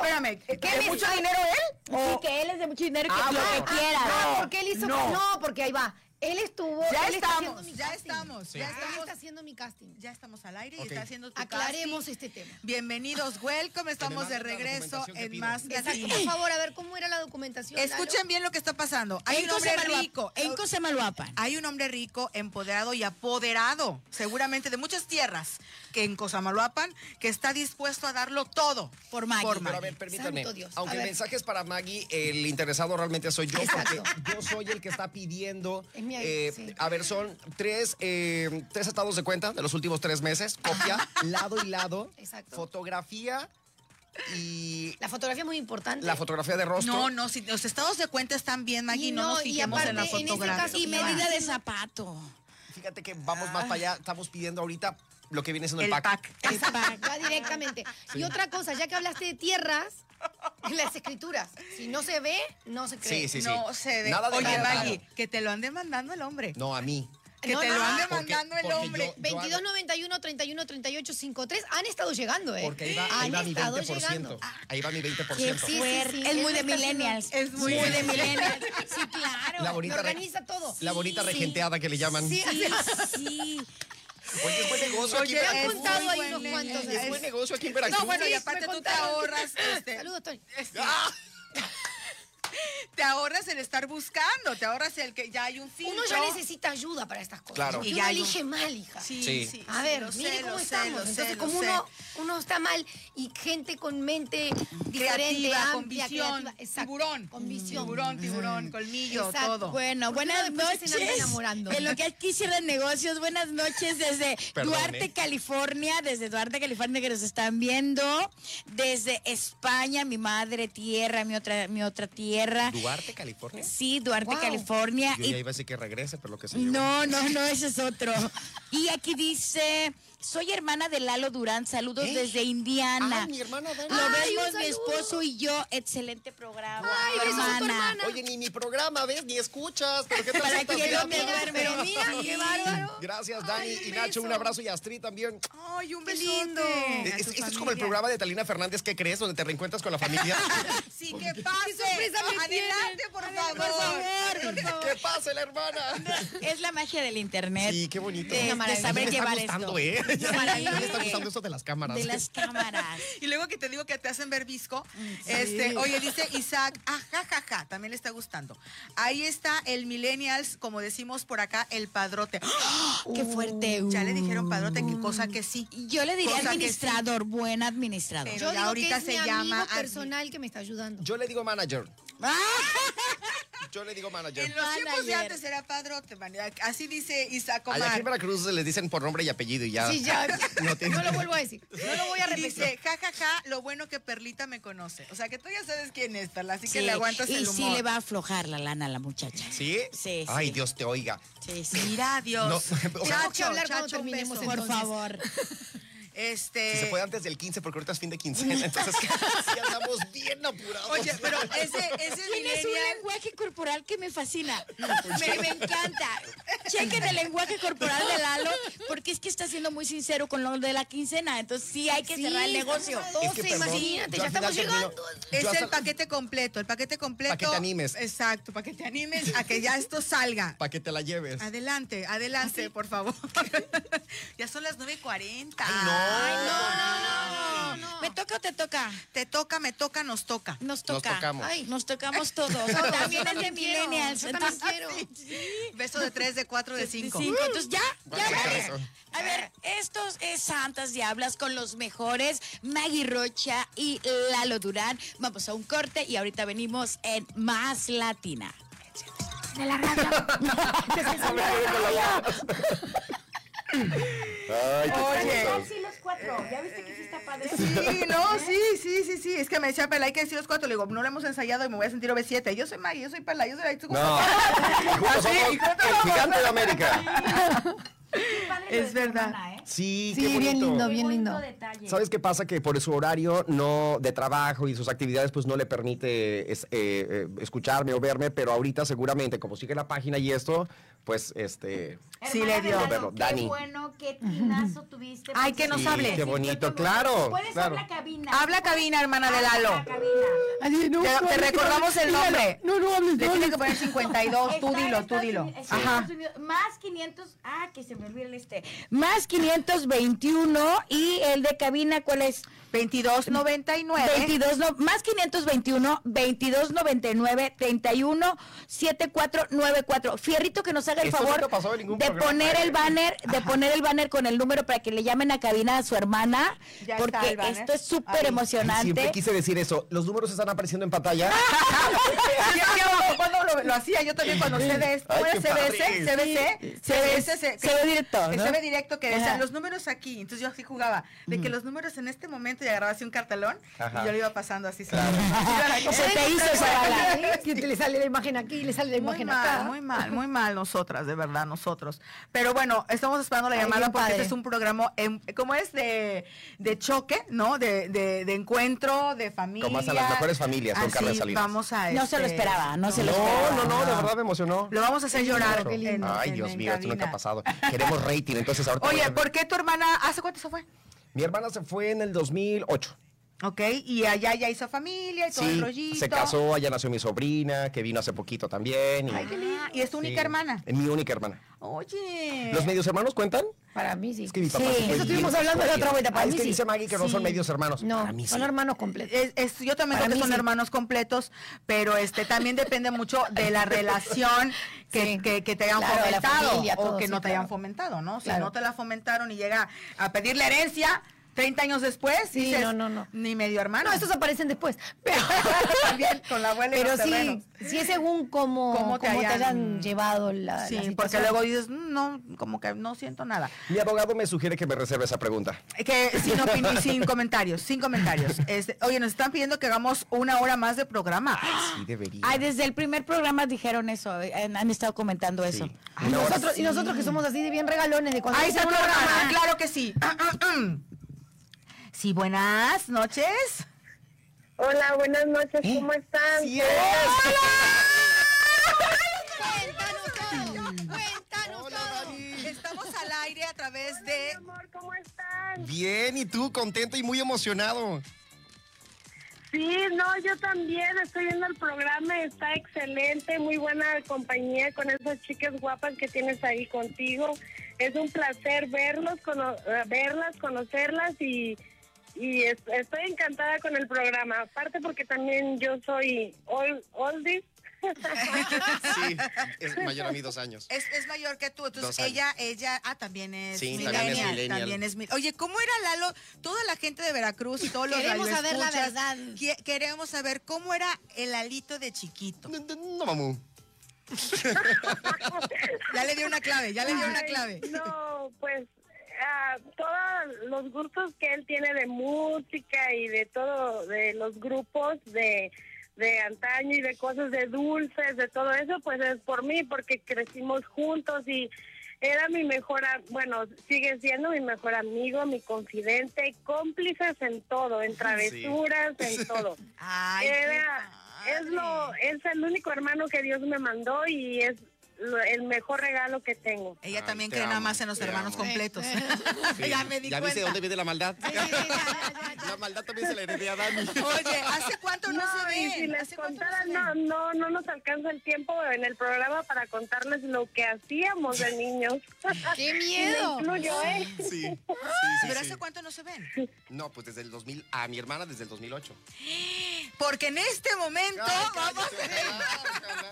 Speaker 2: eso.
Speaker 1: espérame. ¿De mucho dinero él?
Speaker 2: Sí,
Speaker 1: ¿O-
Speaker 2: que él Oh. es de mucho dinero y que
Speaker 10: Ah,
Speaker 2: lo
Speaker 10: bueno.
Speaker 2: que quiera.
Speaker 4: Ah, porque él hizo. No. porque ahí va. Él estuvo.
Speaker 1: Ya
Speaker 4: él está
Speaker 1: estamos,
Speaker 4: haciendo mi
Speaker 1: ya
Speaker 4: casting.
Speaker 1: estamos, ya
Speaker 4: Él
Speaker 1: estamos.
Speaker 4: está haciendo mi casting.
Speaker 1: Ya estamos al aire y
Speaker 3: Ok.
Speaker 1: está haciendo tu
Speaker 4: Aclaremos
Speaker 1: casting.
Speaker 4: este tema.
Speaker 1: Bienvenidos, welcome. Estamos de
Speaker 3: manden la
Speaker 1: regreso
Speaker 3: documentación que
Speaker 1: en
Speaker 3: pido.
Speaker 1: más.
Speaker 4: Exacto,
Speaker 1: Latinos.
Speaker 4: por favor, a ver cómo era la documentación. Lalo?
Speaker 1: Escuchen bien lo que está pasando. Hay un hombre rico.
Speaker 2: En Cosemaluapan.
Speaker 1: Hay un hombre rico, empoderado y apoderado, seguramente de muchas tierras, que en Cosamaloapan, que está dispuesto a darlo todo por Maggie.
Speaker 3: Pero a ver, permítanme.
Speaker 4: Santo Dios.
Speaker 3: Aunque
Speaker 4: A
Speaker 3: el
Speaker 4: ver.
Speaker 3: mensaje es para Maggie, el interesado realmente soy yo,
Speaker 4: Exacto.
Speaker 3: porque yo soy el que está pidiendo.
Speaker 4: Es mi-
Speaker 3: eh,
Speaker 4: sí.
Speaker 3: A ver, son tres, eh, tres estados de cuenta de los últimos tres meses. Copia, lado y lado.
Speaker 4: Exacto.
Speaker 3: Fotografía y
Speaker 4: La fotografía es muy importante.
Speaker 3: la fotografía de rostro.
Speaker 1: no, no, si los estados de cuenta están bien, Maggie,
Speaker 4: Y
Speaker 1: no, nos
Speaker 4: no, y
Speaker 1: fijemos en la
Speaker 4: aparte, en ese
Speaker 1: fotografía.
Speaker 4: caso- Y medida
Speaker 2: de zapato.
Speaker 3: Fíjate que vamos más para allá. Estamos pidiendo ahorita lo que viene siendo el,
Speaker 1: el pack.
Speaker 4: Exacto, va directamente. Y otra cosa, ya que hablaste de tierras, las escrituras. Si no se ve, no se cree.
Speaker 3: Sí, sí, sí.
Speaker 1: No se ve.
Speaker 3: Nada de
Speaker 1: Oye,
Speaker 3: nada.
Speaker 1: Maggie, que te lo ande mandando el hombre.
Speaker 3: No, a mí.
Speaker 1: Que
Speaker 4: No,
Speaker 1: te lo
Speaker 4: no,
Speaker 1: ande
Speaker 4: porque-
Speaker 1: mandando el
Speaker 3: porque
Speaker 1: hombre.
Speaker 3: yo-
Speaker 4: 22, 91, 31, 38, 53 han estado llegando, ¿eh?
Speaker 3: Porque ahí va,
Speaker 4: han
Speaker 3: ahí va mi
Speaker 4: estado
Speaker 3: 20%.
Speaker 4: llegando.
Speaker 3: Ahí va mi 20%.
Speaker 4: Sí, sí, sí,
Speaker 2: es
Speaker 4: él
Speaker 2: muy
Speaker 4: lo
Speaker 2: de
Speaker 4: está
Speaker 2: millennials.
Speaker 1: Es muy
Speaker 2: de millennials. Sí, claro.
Speaker 3: La
Speaker 4: Ah, Me
Speaker 3: bonita, re-
Speaker 4: organiza todo.
Speaker 3: la bonita
Speaker 2: Sí.
Speaker 3: regenteada que le llaman.
Speaker 4: Sí,
Speaker 2: Sí, sí.
Speaker 3: Oye, es buen negocio aquí.
Speaker 1: Oye,
Speaker 3: en
Speaker 4: me
Speaker 1: es
Speaker 4: he
Speaker 3: Veracruz.
Speaker 4: apuntado
Speaker 1: muy
Speaker 4: ahí
Speaker 1: buen
Speaker 4: unos
Speaker 1: ne-
Speaker 4: cuantos.
Speaker 3: Es buen negocio aquí en Veracruz.
Speaker 1: No, bueno, y
Speaker 4: me
Speaker 1: aparte tú te
Speaker 4: contaron.
Speaker 1: ahorras, este,
Speaker 4: Saludos, Tony.
Speaker 1: te ahorras el estar buscando, te ahorras el que ya hay un filtro.
Speaker 4: Uno ya necesita ayuda para estas cosas.
Speaker 3: Claro.
Speaker 1: Y
Speaker 4: Y
Speaker 1: ya
Speaker 4: uno
Speaker 1: hay un-
Speaker 4: elige mal, hija.
Speaker 3: Sí.
Speaker 4: A ver,
Speaker 1: lo
Speaker 4: mire
Speaker 1: sé,
Speaker 4: cómo
Speaker 1: lo sé,
Speaker 4: estamos.
Speaker 1: lo sé,
Speaker 4: Entonces,
Speaker 1: lo
Speaker 4: como
Speaker 1: sé.
Speaker 4: uno, uno está mal y gente con mente diferente,
Speaker 1: Creativa, con
Speaker 4: amplia,
Speaker 1: visión,
Speaker 4: creativa, exacto,
Speaker 1: tiburón,
Speaker 4: con visión.
Speaker 1: tiburón, tiburón, colmillo,
Speaker 4: Exacto.
Speaker 1: todo.
Speaker 2: Bueno,
Speaker 4: Porque
Speaker 2: buenas
Speaker 4: uno después se
Speaker 2: noches.
Speaker 4: anda Pues enamorando.
Speaker 2: En lo que aquí cierran negocios, buenas noches desde
Speaker 3: Perdón,
Speaker 2: Duarte,
Speaker 3: ¿eh?
Speaker 2: California, desde Duarte, California que nos están viendo, desde España, mi madre tierra, mi otra mi otra tierra.
Speaker 3: Duarte, California.
Speaker 2: Sí, Duarte,
Speaker 4: Wow.
Speaker 2: California
Speaker 3: Yo
Speaker 2: y
Speaker 3: ya iba a decir que regrese, pero lo que se llevó.
Speaker 2: No, no, no, ese es otro. Y aquí dice, soy hermana de Lalo Durán, saludos desde Indiana.
Speaker 3: Ah, mi hermana Dani.
Speaker 2: Lo
Speaker 4: Ay,
Speaker 2: vemos
Speaker 4: un
Speaker 2: mi
Speaker 4: saludo.
Speaker 2: esposo y yo, excelente programa.
Speaker 4: Ay, besos a tu hermana.
Speaker 3: Oye, ni mi programa, ¿ves? Ni escuchas. ¿Pero qué tal
Speaker 2: Para
Speaker 3: si estás
Speaker 2: que no
Speaker 3: viendo?
Speaker 2: me duerme.
Speaker 4: Pero mira, qué bárbaro.
Speaker 3: Gracias, Dani
Speaker 4: Ay, un
Speaker 3: y Nacho. Un
Speaker 4: beso.
Speaker 3: abrazo y Astrid también.
Speaker 1: Ay, un
Speaker 4: Qué
Speaker 1: besote
Speaker 4: lindo.
Speaker 1: a
Speaker 3: Es-
Speaker 1: tu
Speaker 3: esto es como el
Speaker 1: familia.
Speaker 3: programa de Talina Fernández, ¿qué crees? Donde te reencuentras con la familia.
Speaker 1: Sí, que pase.
Speaker 4: sorpresa me
Speaker 1: Adelante,
Speaker 4: tienen.
Speaker 1: por
Speaker 4: Adelante,
Speaker 1: favor.
Speaker 4: por
Speaker 2: favor, por favor.
Speaker 3: ¿Qué pasa, la hermana?
Speaker 2: Es la magia del internet.
Speaker 3: Sí, qué bonito.
Speaker 2: De,
Speaker 4: Una
Speaker 2: de
Speaker 4: maravilla.
Speaker 3: Ya
Speaker 2: saber
Speaker 3: me
Speaker 2: llevar
Speaker 3: está
Speaker 2: esto.
Speaker 3: gustando, ¿eh? Ya
Speaker 2: Maravilla.
Speaker 3: me está gustando eso de las cámaras.
Speaker 2: De las cámaras.
Speaker 1: Y luego que te digo que te hacen ver visco.
Speaker 4: Mm,
Speaker 1: Este, oye, dice Isaac, ajajaja, también le está gustando. Ahí está el millennials, como decimos por acá, el padrote. ¡Ah!
Speaker 2: Qué fuerte.
Speaker 1: Uh.
Speaker 2: uh.
Speaker 1: Ya le dijeron padrote,
Speaker 4: Uh.
Speaker 1: que cosa que sí.
Speaker 2: Yo le diría
Speaker 1: Cosa que
Speaker 2: administrador, buen administrador.
Speaker 1: Pero
Speaker 4: Yo
Speaker 1: ya
Speaker 4: digo
Speaker 1: ahorita
Speaker 4: que es
Speaker 1: se
Speaker 4: mi
Speaker 1: llama
Speaker 4: amigo personal que me está ayudando.
Speaker 3: Yo le digo manager.
Speaker 2: Ah,
Speaker 3: Yo le digo manager.
Speaker 1: En los tiempos de
Speaker 2: Manager.
Speaker 1: antes era padrote, man. Así dice Isaac
Speaker 3: A la
Speaker 1: Omar.
Speaker 3: en Veracruz les dicen por nombre y apellido y ya.
Speaker 4: Sí, ya.
Speaker 3: No
Speaker 4: No,
Speaker 3: te-
Speaker 4: lo vuelvo a decir. No lo voy a repetir.
Speaker 1: Dice, ja, ja, ja, lo bueno que Perlita me conoce. O sea, que tú ya sabes quién es, Perla, así que
Speaker 2: Sí,
Speaker 1: le aguantas
Speaker 2: y
Speaker 1: el humor.
Speaker 2: sí le va a aflojar la lana a la muchacha.
Speaker 3: ¿Sí?
Speaker 2: Sí,
Speaker 3: Ay,
Speaker 2: sí.
Speaker 3: Dios te oiga.
Speaker 2: Sí, sí.
Speaker 1: Mira, Dios.
Speaker 3: No, o sea-
Speaker 4: Tenemos que hablar cuando terminemos
Speaker 1: un beso.
Speaker 2: Por
Speaker 4: Entonces-
Speaker 2: favor.
Speaker 1: Este.
Speaker 7: Si se puede antes del 15, porque ahorita es fin de quincena, entonces sí andamos bien apurados.
Speaker 1: Oye, pero ese, ese
Speaker 2: Tienes un
Speaker 1: millennial-
Speaker 2: lenguaje corporal que me fascina.
Speaker 1: pues
Speaker 2: Me, me encanta. Chequen el lenguaje corporal de Lalo, porque es que está siendo muy sincero con lo de la quincena. Entonces sí hay que cerrar el negocio.
Speaker 7: Es que,
Speaker 4: 12,
Speaker 7: perdón,
Speaker 4: imagínate,
Speaker 7: yo
Speaker 4: ya
Speaker 7: al final
Speaker 4: estamos
Speaker 7: termino-
Speaker 4: llegando.
Speaker 1: Es
Speaker 7: yo
Speaker 1: el
Speaker 7: hasta-
Speaker 1: paquete completo, el paquete completo.
Speaker 7: te animes.
Speaker 1: Exacto, para que te animes a que ya esto salga.
Speaker 7: Para que te la lleves.
Speaker 1: Adelante, adelante, por favor. ya son las 9.40.
Speaker 7: Ay, no.
Speaker 1: no, no, no.
Speaker 2: ¿Me toca o te toca?
Speaker 1: Te toca, me toca, nos toca.
Speaker 2: Nos
Speaker 7: Nos
Speaker 2: toca.
Speaker 7: tocamos.
Speaker 2: Ay, nos tocamos todos. también es de millennials.
Speaker 4: Yo también
Speaker 2: entonces-
Speaker 4: quiero.
Speaker 1: Beso de tres, de cuatro, de cinco.
Speaker 2: Cinco. Entonces ya, ya
Speaker 7: Vale,
Speaker 2: vale.
Speaker 7: eso.
Speaker 2: A ver, estos es Santas Diablas con los mejores, Maggie Rocha y Lalo Durán. Vamos a un corte y ahorita venimos en Más Latina.
Speaker 4: De la radio.
Speaker 11: Ay, qué cosas.
Speaker 1: Sí, no, sí, sí, sí, sí. Es que me decía Pela, hay que decir los cuatro. Le digo, no lo hemos ensayado y me voy a sentir OV7. Yo soy Maggie, yo soy Pela, yo soy la
Speaker 11: No. Y juntos somos
Speaker 1: y juntos
Speaker 11: el gigante de América.
Speaker 1: Es verdad.
Speaker 3: ¿eh? Sí, qué
Speaker 4: Sí, bien
Speaker 3: bonito.
Speaker 4: lindo, bien lindo.
Speaker 3: ¿Sabes qué pasa? Que por su horario no de trabajo y sus actividades, pues no le permite es- eh, eh, escucharme o verme, pero ahorita seguramente, como sigue la página y esto, pues este.
Speaker 1: Sí, le dio.
Speaker 3: Verlo, Dani.
Speaker 2: bueno, qué tinazo tuviste.
Speaker 1: Ay, que nos
Speaker 3: Sí,
Speaker 1: hable.
Speaker 3: Qué bonito, claro. claro.
Speaker 2: cabina.
Speaker 1: Habla cabina, hermana de Lalo.
Speaker 4: Ay, no,
Speaker 1: Te,
Speaker 4: no
Speaker 1: te
Speaker 4: hables,
Speaker 1: recordamos el nombre.
Speaker 4: No, no hables,
Speaker 1: Le
Speaker 4: no
Speaker 1: tiene
Speaker 4: hables.
Speaker 1: que poner 52. Tú
Speaker 2: Está en
Speaker 1: dilo, tú
Speaker 2: Estados
Speaker 1: dilo.
Speaker 2: Unidos- está en
Speaker 1: Ajá.
Speaker 2: Estados Unidos. Más 500. Ah, que se me olvida el este. Más 521 y el de cabina, ¿cuál es?
Speaker 1: 22.99.
Speaker 2: 22, no, más 521, 2299, 31, 7494. Fierrito que nos haga el
Speaker 3: Esto
Speaker 2: favor
Speaker 3: nunca pasó en ningún
Speaker 2: de
Speaker 3: programa.
Speaker 2: poner el banner, de poner el banner con el número para que le llamen a cabina a su hermana,
Speaker 1: Ya está
Speaker 2: porque
Speaker 1: el banner.
Speaker 2: esto es súper
Speaker 1: Ahí.
Speaker 3: Siempre
Speaker 2: emocionante.
Speaker 3: quise decir eso. Los números están apareciendo en pantalla.
Speaker 1: Sí, aquí abajo, Cuando lo, lo hacía, yo también cuando CDS, ¿cómo era CBS? CBC, CBS, se-
Speaker 2: se ve directo,
Speaker 1: que
Speaker 2: ¿no?
Speaker 1: Se ve directo que decían
Speaker 2: Ajá.
Speaker 1: los números aquí. Entonces yo así jugaba, de que los números en este momento y agarraba así un cartelón y yo lo iba pasando así.
Speaker 2: Se te hizo esa bala.
Speaker 4: Que te le sale la imagen aquí y le sale la
Speaker 1: Muy
Speaker 4: imagen acá.
Speaker 1: mal, muy mal, muy mal nosotras, de verdad, nosotros. Pero bueno, estamos esperando la
Speaker 4: Ay,
Speaker 1: llamada
Speaker 4: bien
Speaker 1: porque este
Speaker 4: padre.
Speaker 1: es un programa, em, ¿cómo es? De, de choque, ¿no? De, de, de encuentro, de familia.
Speaker 3: Como hacen las mejores familias con
Speaker 1: Así
Speaker 3: Carmen Salinas.
Speaker 1: vamos a
Speaker 2: No se lo
Speaker 1: este,
Speaker 2: esperaba, no se lo
Speaker 3: No,
Speaker 2: esperaba.
Speaker 3: no, no, de verdad me emocionó.
Speaker 1: Lo vamos a hacer llorar.
Speaker 3: Mucho.
Speaker 1: en-
Speaker 3: Ay,
Speaker 1: en-
Speaker 3: Dios
Speaker 1: en
Speaker 3: mío, esto nunca
Speaker 1: cabina.
Speaker 3: ha pasado. Queremos rating, entonces ahorita. voy
Speaker 1: Oye,
Speaker 3: a-
Speaker 1: ¿por qué tu hermana, hace cuánto se fue?
Speaker 3: Mi hermana se fue en el 2008.
Speaker 1: Ok, y allá ya hizo familia y todo el
Speaker 3: Sí,
Speaker 1: rollito.
Speaker 3: se casó, allá nació mi sobrina, que vino hace poquito también. y-
Speaker 1: Ay, qué lindo.
Speaker 4: Ah,
Speaker 1: Y es tu única
Speaker 3: Sí,
Speaker 1: hermana. Eh.
Speaker 3: Es mi única hermana.
Speaker 1: Oye.
Speaker 3: ¿Los medios hermanos cuentan?
Speaker 4: Para mí sí.
Speaker 3: Es que mi papá
Speaker 2: Sí,
Speaker 3: fue
Speaker 2: eso
Speaker 4: estuvimos
Speaker 3: bien
Speaker 4: hablando la otra
Speaker 3: escogido.
Speaker 4: vuelta, para
Speaker 3: Ah,
Speaker 4: mí
Speaker 3: Es que
Speaker 4: sí.
Speaker 3: dice Maggie que no son
Speaker 4: Sí.
Speaker 3: medios hermanos. Para
Speaker 4: No,
Speaker 3: mí
Speaker 4: son
Speaker 3: sí.
Speaker 4: hermanos completos.
Speaker 1: Es- es- yo también
Speaker 4: Para
Speaker 1: creo que
Speaker 4: mí
Speaker 1: son
Speaker 4: sí.
Speaker 1: hermanos completos, pero este también depende mucho de la relación que,
Speaker 4: Sí.
Speaker 1: que- que te hayan
Speaker 4: Claro, la
Speaker 1: fomentado
Speaker 4: familia,
Speaker 1: o
Speaker 4: todo,
Speaker 1: que
Speaker 4: sí,
Speaker 1: no te hayan
Speaker 4: claro.
Speaker 1: fomentado, ¿no? Si
Speaker 4: Claro.
Speaker 1: no te la fomentaron y llega a pedir la herencia 30 años después,
Speaker 4: Sí,
Speaker 1: dices,
Speaker 4: no, no, no.
Speaker 1: ni medio hermano.
Speaker 4: No, estos aparecen después. Pero,
Speaker 1: También con la abuela y
Speaker 4: Pero
Speaker 1: los terrenos.
Speaker 4: sí, sí es según cómo,
Speaker 1: Cómo
Speaker 4: cómo
Speaker 1: te
Speaker 4: te, hayan...
Speaker 1: hayan-
Speaker 4: llevado la.
Speaker 1: Sí,
Speaker 4: la
Speaker 1: porque
Speaker 4: situación.
Speaker 1: luego dices, "Mm, no, como que no siento nada.
Speaker 3: Mi abogado me sugiere que me reserve esa pregunta.
Speaker 1: Que sin, opin- sin comentarios, sin comentarios. Este, oye, nos están pidiendo que hagamos una hora más de programa.
Speaker 3: Sí, debería.
Speaker 2: Ay, desde el primer programa dijeron eso, eh, han, han estado comentando
Speaker 3: Sí.
Speaker 2: eso.
Speaker 3: Ah,
Speaker 4: Y nosotros, y nosotros que somos así de bien regalones de cuando
Speaker 1: Ahí está tu
Speaker 4: hacen una
Speaker 1: hermana,
Speaker 4: programa.
Speaker 1: Ah, claro que sí. Sí, buenas noches.
Speaker 6: Hola, buenas noches,
Speaker 5: ¿Eh?
Speaker 6: ¿cómo están?
Speaker 3: Sí es.
Speaker 1: Estamos al aire a través de...
Speaker 6: amor, ¿cómo están?
Speaker 7: Bien, y tú, contento y muy emocionado.
Speaker 6: Sí, no, yo también estoy viendo el programa, está excelente, muy buena compañía con esas chicas guapas que tienes ahí contigo. Es un placer verlos, cono- eh, verlas, conocerlas y, y es- estoy encantada con el programa. Aparte porque también yo soy old, oldies.
Speaker 7: Sí, es mayor a mí dos años.
Speaker 1: Es, es mayor que tú, entonces
Speaker 7: Dos años.
Speaker 1: ella, ella, ah, también es
Speaker 7: Sí, también
Speaker 1: millennial,
Speaker 7: es millennial.
Speaker 1: también es mil- Oye, ¿cómo era Lalo? Toda la gente de Veracruz y todos los
Speaker 4: Queremos
Speaker 1: radioescuchas
Speaker 4: saber la verdad.
Speaker 1: qui- Queremos saber cómo era el alito de chiquito.
Speaker 7: No, no, no, mamú.
Speaker 1: Ya le dio una clave, ya le dio una
Speaker 6: Ay,
Speaker 1: clave.
Speaker 6: No, pues ah, todos los gustos que él tiene de música y de todo, de los grupos de, de antaño y de cosas de dulces, de todo eso, pues es por mí, porque crecimos juntos y
Speaker 12: Era mi mejor, a- bueno, sigue siendo mi mejor amigo, mi confidente, cómplices en todo, en travesuras, en todo.
Speaker 2: Ay, qué
Speaker 12: Era, es lo,
Speaker 2: padre.
Speaker 12: es el único hermano que Dios me mandó y es lo- el mejor regalo que tengo.
Speaker 1: Ella
Speaker 3: Ay,
Speaker 1: también
Speaker 3: te
Speaker 1: cree nada
Speaker 3: amo,
Speaker 1: más en los
Speaker 3: te
Speaker 1: hermanos
Speaker 3: amo.
Speaker 1: completos.
Speaker 3: Sí.
Speaker 1: ya me di
Speaker 3: ¿Ya
Speaker 1: cuenta.
Speaker 3: viste de dónde viene la maldad?
Speaker 4: ya,
Speaker 3: La maldad también se le herede a Dani.
Speaker 1: Oye, ¿hace cuánto no, se
Speaker 12: y
Speaker 1: ven?
Speaker 12: si les
Speaker 1: ¿Hace cuánto no
Speaker 12: contara,
Speaker 1: se
Speaker 12: no,
Speaker 1: ven?
Speaker 12: no, no nos alcanza el tiempo en el programa para contarles lo que hacíamos de niños.
Speaker 4: ¡Qué
Speaker 12: Y me
Speaker 4: miedo!
Speaker 12: incluyo, ¿eh?
Speaker 3: Sí, sí, sí,
Speaker 1: ¿Pero
Speaker 3: sí.
Speaker 1: hace cuánto no se ven?
Speaker 3: No, pues desde el 2000, a mi hermana desde el 2008.
Speaker 1: Porque en este momento vamos,
Speaker 3: ah,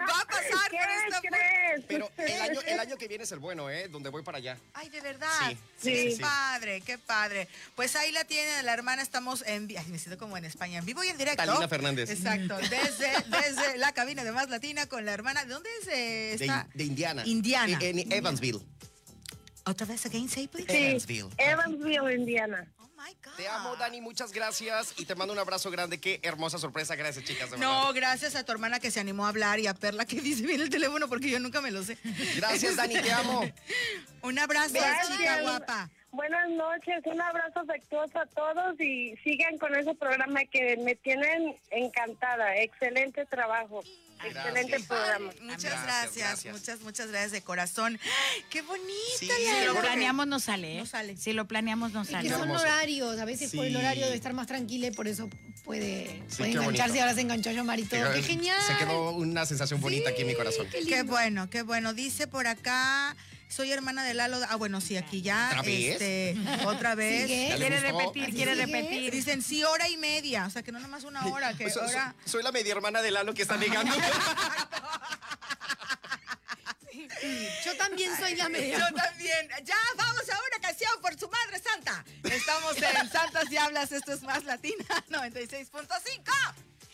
Speaker 1: va a pasar
Speaker 12: ¿Qué
Speaker 1: por esta...
Speaker 12: crees?
Speaker 3: Pero el año, el año que viene es el bueno, ¿eh? Donde voy para allá.
Speaker 1: Ay, de verdad.
Speaker 3: Sí, sí,
Speaker 1: qué
Speaker 3: sí, sí.
Speaker 1: padre, qué padre. Pues ahí la tiene la hermana. Estamos en. vi- Ay, me siento como en España, en vivo y en directo.
Speaker 3: Talina Fernández.
Speaker 1: Exacto.
Speaker 12: Mm.
Speaker 1: Desde, desde la cabina de Más Latina con la hermana. ¿De dónde es? eh,
Speaker 3: De,
Speaker 1: Está?
Speaker 3: de Indiana.
Speaker 1: Indiana.
Speaker 3: En, en Evansville.
Speaker 1: Otra vez again, say please.
Speaker 12: Sí,
Speaker 3: Evansville.
Speaker 12: Evansville, Indiana.
Speaker 1: Oh my God.
Speaker 3: Te amo, Dani. Muchas gracias. Y te mando un abrazo grande. Qué hermosa sorpresa. Gracias, chicas. de
Speaker 1: No,
Speaker 3: verdad.
Speaker 1: gracias a tu hermana que se animó a hablar y a Perla que dice bien el teléfono porque yo nunca me lo sé.
Speaker 3: Gracias, Dani. Te amo.
Speaker 1: Un abrazo, chica guapa.
Speaker 12: Buenas noches, un abrazo afectuoso a todos y sigan con ese programa que me tienen encantada. Excelente trabajo, excelente programa.
Speaker 1: Muchas
Speaker 3: Gracias,
Speaker 1: gracias,
Speaker 3: gracias.
Speaker 1: muchas, muchas gracias de corazón. ¡Qué bonita
Speaker 3: Sí,
Speaker 1: la
Speaker 2: Si lo
Speaker 3: Creo que-
Speaker 2: planeamos no sale, ¿eh?
Speaker 1: No sale.
Speaker 2: Si lo planeamos no
Speaker 4: Es
Speaker 2: sale.
Speaker 4: que son
Speaker 3: hermoso.
Speaker 4: horarios, a veces por el
Speaker 3: Sí.
Speaker 4: horario debe estar más tranquila y por eso puede,
Speaker 3: Sí,
Speaker 4: puede
Speaker 3: qué
Speaker 4: engancharse.
Speaker 3: bonito.
Speaker 4: Ahora se enganchó yo, Mari, todo. ¡Qué genial!
Speaker 3: Se quedó una sensación bonita aquí en mi corazón.
Speaker 1: Qué bueno, qué bueno. Dice por acá, soy hermana de Lalo. Ah, bueno, sí, aquí ya.
Speaker 3: ¿Otra vez?
Speaker 1: Este, otra vez.
Speaker 4: ¿Sigue?
Speaker 3: ¿Ya le
Speaker 2: Quiere
Speaker 3: gustó?
Speaker 2: repetir, quiere
Speaker 4: Sigue.
Speaker 2: repetir.
Speaker 1: Dicen, sí, hora y media. O sea, que no nomás una hora, que
Speaker 3: Soy- soy-
Speaker 1: hora...
Speaker 3: soy la media hermana de Lalo que está negando.
Speaker 4: Yo también soy la media.
Speaker 1: Yo también. Ya vamos a una canción por su madre santa. Estamos en Santas Diablas. Esto es Más Latina 96.5.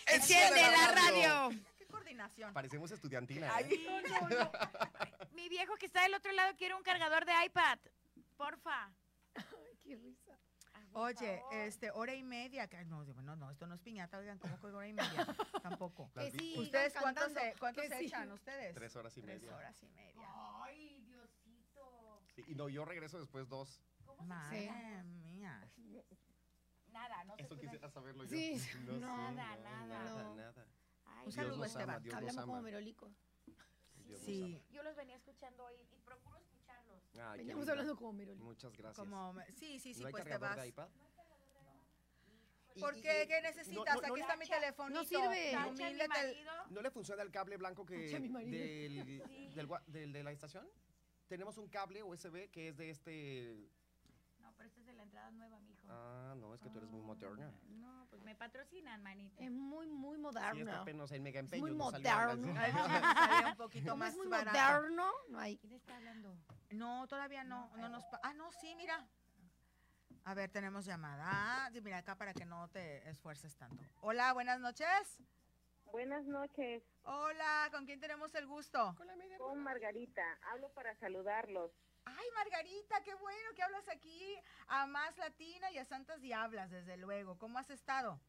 Speaker 2: Enciende la radio.
Speaker 1: Qué coordinación.
Speaker 3: Parecemos estudiantina. ¿eh?
Speaker 13: Mi viejo que está del otro lado quiere un cargador de iPad. Porfa.
Speaker 1: Oye, este, hora y media. que- No, digo, no, no, esto no es piñata, oigan, ¿cómo que hora y media? Tampoco.
Speaker 4: Que sí,
Speaker 1: ¿Ustedes
Speaker 4: van
Speaker 1: cuánto
Speaker 4: cantando,
Speaker 1: se, cuánto
Speaker 4: que
Speaker 1: se
Speaker 4: sí.
Speaker 1: echan ustedes?
Speaker 3: Tres horas y media.
Speaker 1: Tres horas y media.
Speaker 3: Sí, y no, yo regreso después dos.
Speaker 1: Madre
Speaker 4: Sí.
Speaker 1: mía.
Speaker 13: Nada, no
Speaker 3: Eso quisiera saberlo yo.
Speaker 4: Sí,
Speaker 3: No sé,
Speaker 4: nada,
Speaker 13: nada.
Speaker 3: Nada,
Speaker 4: No.
Speaker 3: nada.
Speaker 1: Un
Speaker 3: Dios
Speaker 1: saludo,
Speaker 3: nos ama,
Speaker 1: Esteban.
Speaker 3: Dios
Speaker 4: Hablamos
Speaker 3: nos
Speaker 4: como
Speaker 3: ama.
Speaker 4: merolicos.
Speaker 3: Dios nos
Speaker 1: Sí,
Speaker 13: Yo los venía escuchando hoy y procuro escucharlos.
Speaker 3: ama. Ay, qué
Speaker 4: Veníamos
Speaker 3: lindo.
Speaker 4: hablando como merolicos.
Speaker 3: Muchas gracias.
Speaker 1: como, sí, sí, sí,
Speaker 3: ¿No hay
Speaker 1: pues te
Speaker 3: cargador
Speaker 1: vas.
Speaker 3: de iPad?
Speaker 1: ¿Por
Speaker 3: Y- y-
Speaker 1: qué?
Speaker 3: y-
Speaker 1: ¿Qué
Speaker 3: no,
Speaker 1: necesitas?
Speaker 3: no, no,
Speaker 1: Aquí está mi teléfono.
Speaker 4: No sirve.
Speaker 13: Tacha, mi
Speaker 1: Humíllate al-
Speaker 13: marido.
Speaker 3: ¿No le funciona el cable blanco que
Speaker 4: Escucha a mi marido.
Speaker 3: del, del gua- del- de la estación? Tenemos un cable USB que es de este...
Speaker 13: No, pero esta es de la entrada nueva, mijo.
Speaker 3: Ah, no, es que tú eres muy moderna.
Speaker 13: No, pues me patrocinan, manito.
Speaker 4: Es muy, muy
Speaker 3: Sí, está
Speaker 4: moderno.
Speaker 3: apenas en mega empeño.
Speaker 4: muy
Speaker 3: no salió nada.
Speaker 4: moderno.
Speaker 1: Ay, Salía un poquito
Speaker 4: Como
Speaker 1: más
Speaker 4: es muy
Speaker 1: barato.
Speaker 4: moderno, no hay.
Speaker 13: ¿Quién está hablando?
Speaker 1: No, todavía no. No, nos pa- ah, no, sí, mira. A ver, tenemos llamada. Ah, sí, mira acá para que no te esfuerces tanto. Hola, buenas noches.
Speaker 12: Buenas noches,
Speaker 1: Hola, ¿con quién tenemos el gusto?
Speaker 3: Ah.
Speaker 12: con Margarita. Hablo para saludarlos.
Speaker 1: Ay, Margarita, qué bueno que hablas aquí a Más Latina y a Santas Diablas, desde luego. ¿Cómo has estado?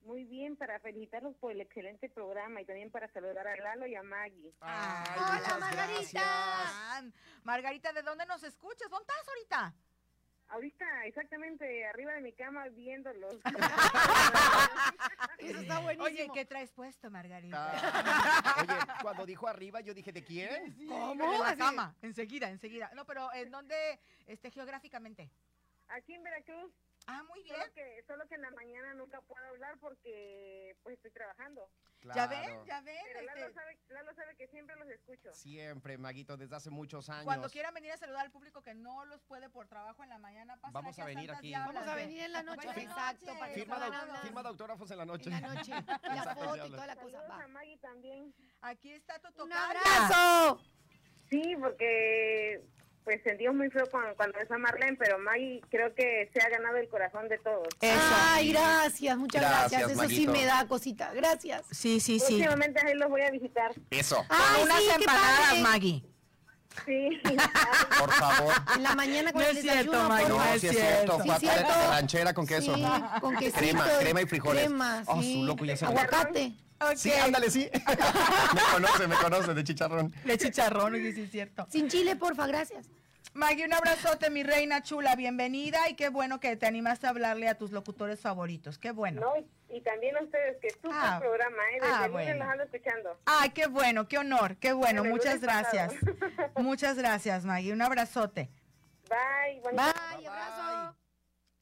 Speaker 12: Muy bien, para felicitarlos por el excelente programa y también para saludar a Lalo y a Maggie.
Speaker 3: Ay,
Speaker 1: Hola,
Speaker 3: muchas
Speaker 4: Margarita.
Speaker 3: gracias.
Speaker 1: Ah, Margarita, ¿de dónde nos escuchas? ¿Dónde estás ahorita?
Speaker 12: Ahorita, exactamente arriba de mi cama viéndolos.
Speaker 4: Eso está buenísimo.
Speaker 1: Oye, ¿qué traes puesto, Margarita?
Speaker 3: Ah, Oye, cuando dijo arriba, yo dije, ¿de quién?
Speaker 1: ¿Cómo? En la cama, enseguida, enseguida. No, pero ¿en dónde, este, geográficamente?
Speaker 12: Aquí en Veracruz,
Speaker 1: Ah, muy bien.
Speaker 12: solo que, solo que en la mañana nunca puedo hablar porque pues estoy trabajando.
Speaker 1: Ya
Speaker 3: Claro.
Speaker 1: ven, ya ven.
Speaker 12: Pero Lalo
Speaker 1: este,
Speaker 12: sabe, Lalo sabe que siempre los escucho.
Speaker 3: Siempre, Maguito, desde hace muchos años.
Speaker 1: cuando quieran venir a saludar al público que no los puede por trabajo en la mañana, pasen
Speaker 3: Vamos a venir
Speaker 1: Santas
Speaker 3: aquí.
Speaker 1: Diablas,
Speaker 4: Vamos a
Speaker 1: ¿eh?
Speaker 4: venir en la noche.
Speaker 1: Buenas
Speaker 4: Exacto,
Speaker 1: noches.
Speaker 4: para que
Speaker 3: Firma,
Speaker 4: nos
Speaker 3: de,
Speaker 4: hagan hablar.
Speaker 3: firma de autógrafos en la noche.
Speaker 4: En la noche. La
Speaker 3: Exacto,
Speaker 4: foto y
Speaker 3: diablo.
Speaker 4: toda la cosa.
Speaker 12: Saludos a
Speaker 4: Pues, ah, Va.
Speaker 12: Maggie también.
Speaker 1: Aquí está tu
Speaker 4: Un
Speaker 1: tocaya.
Speaker 4: abrazo.
Speaker 12: Sí, porque pues sentimos muy feo cuando, cuando besó a Marlene, pero Maggie creo que se ha ganado el corazón de todos.
Speaker 4: Ay, gracias, muchas gracias.
Speaker 14: Gracias,
Speaker 4: Eso sí
Speaker 14: Maguito.
Speaker 4: me da cosita. Gracias.
Speaker 1: Sí, sí,
Speaker 12: Próximamente ahí los voy a visitar.
Speaker 14: Eso.
Speaker 4: Ay,
Speaker 1: unas
Speaker 4: sí, qué
Speaker 1: empanadas,
Speaker 4: padre.
Speaker 1: Maggie.
Speaker 12: Sí.
Speaker 5: Por favor.
Speaker 4: En la mañana con
Speaker 15: No
Speaker 4: el
Speaker 15: es cierto,
Speaker 4: desayuno,
Speaker 15: Mike,
Speaker 4: por
Speaker 5: No,
Speaker 15: no
Speaker 4: favor.
Speaker 15: es
Speaker 5: sí es cierto.
Speaker 4: Sí,
Speaker 5: Fue
Speaker 4: es cierto.
Speaker 5: atoleta de ranchera con queso.
Speaker 4: Sí, con quesito,
Speaker 5: crema, crema y frijoles.
Speaker 4: Crema,
Speaker 5: Oh,
Speaker 4: sí.
Speaker 5: su loco, ya se me-
Speaker 4: Aguacate.
Speaker 5: Sí, ándale, sí. me conoce, me conoce de chicharrón.
Speaker 15: Le chicharrón, oye, sí es cierto.
Speaker 4: Sin chile, porfa, gracias.
Speaker 1: Maggie, un abrazote, mi reina chula, bienvenida y qué bueno que te animaste a hablarle a tus locutores favoritos, qué bueno.
Speaker 12: No, y, y también a ustedes, que súper
Speaker 1: Ah,
Speaker 12: programa, ¿eh? Desde
Speaker 1: ah,
Speaker 12: el lunes
Speaker 1: bueno.
Speaker 12: los ando escuchando.
Speaker 1: Ay, qué bueno, qué honor, qué bueno,
Speaker 12: Bueno, el
Speaker 1: muchas
Speaker 12: lunes pasado.
Speaker 1: gracias. Muchas gracias, Maggie, un abrazote.
Speaker 12: Bye, bonita
Speaker 4: Bye, abrazo.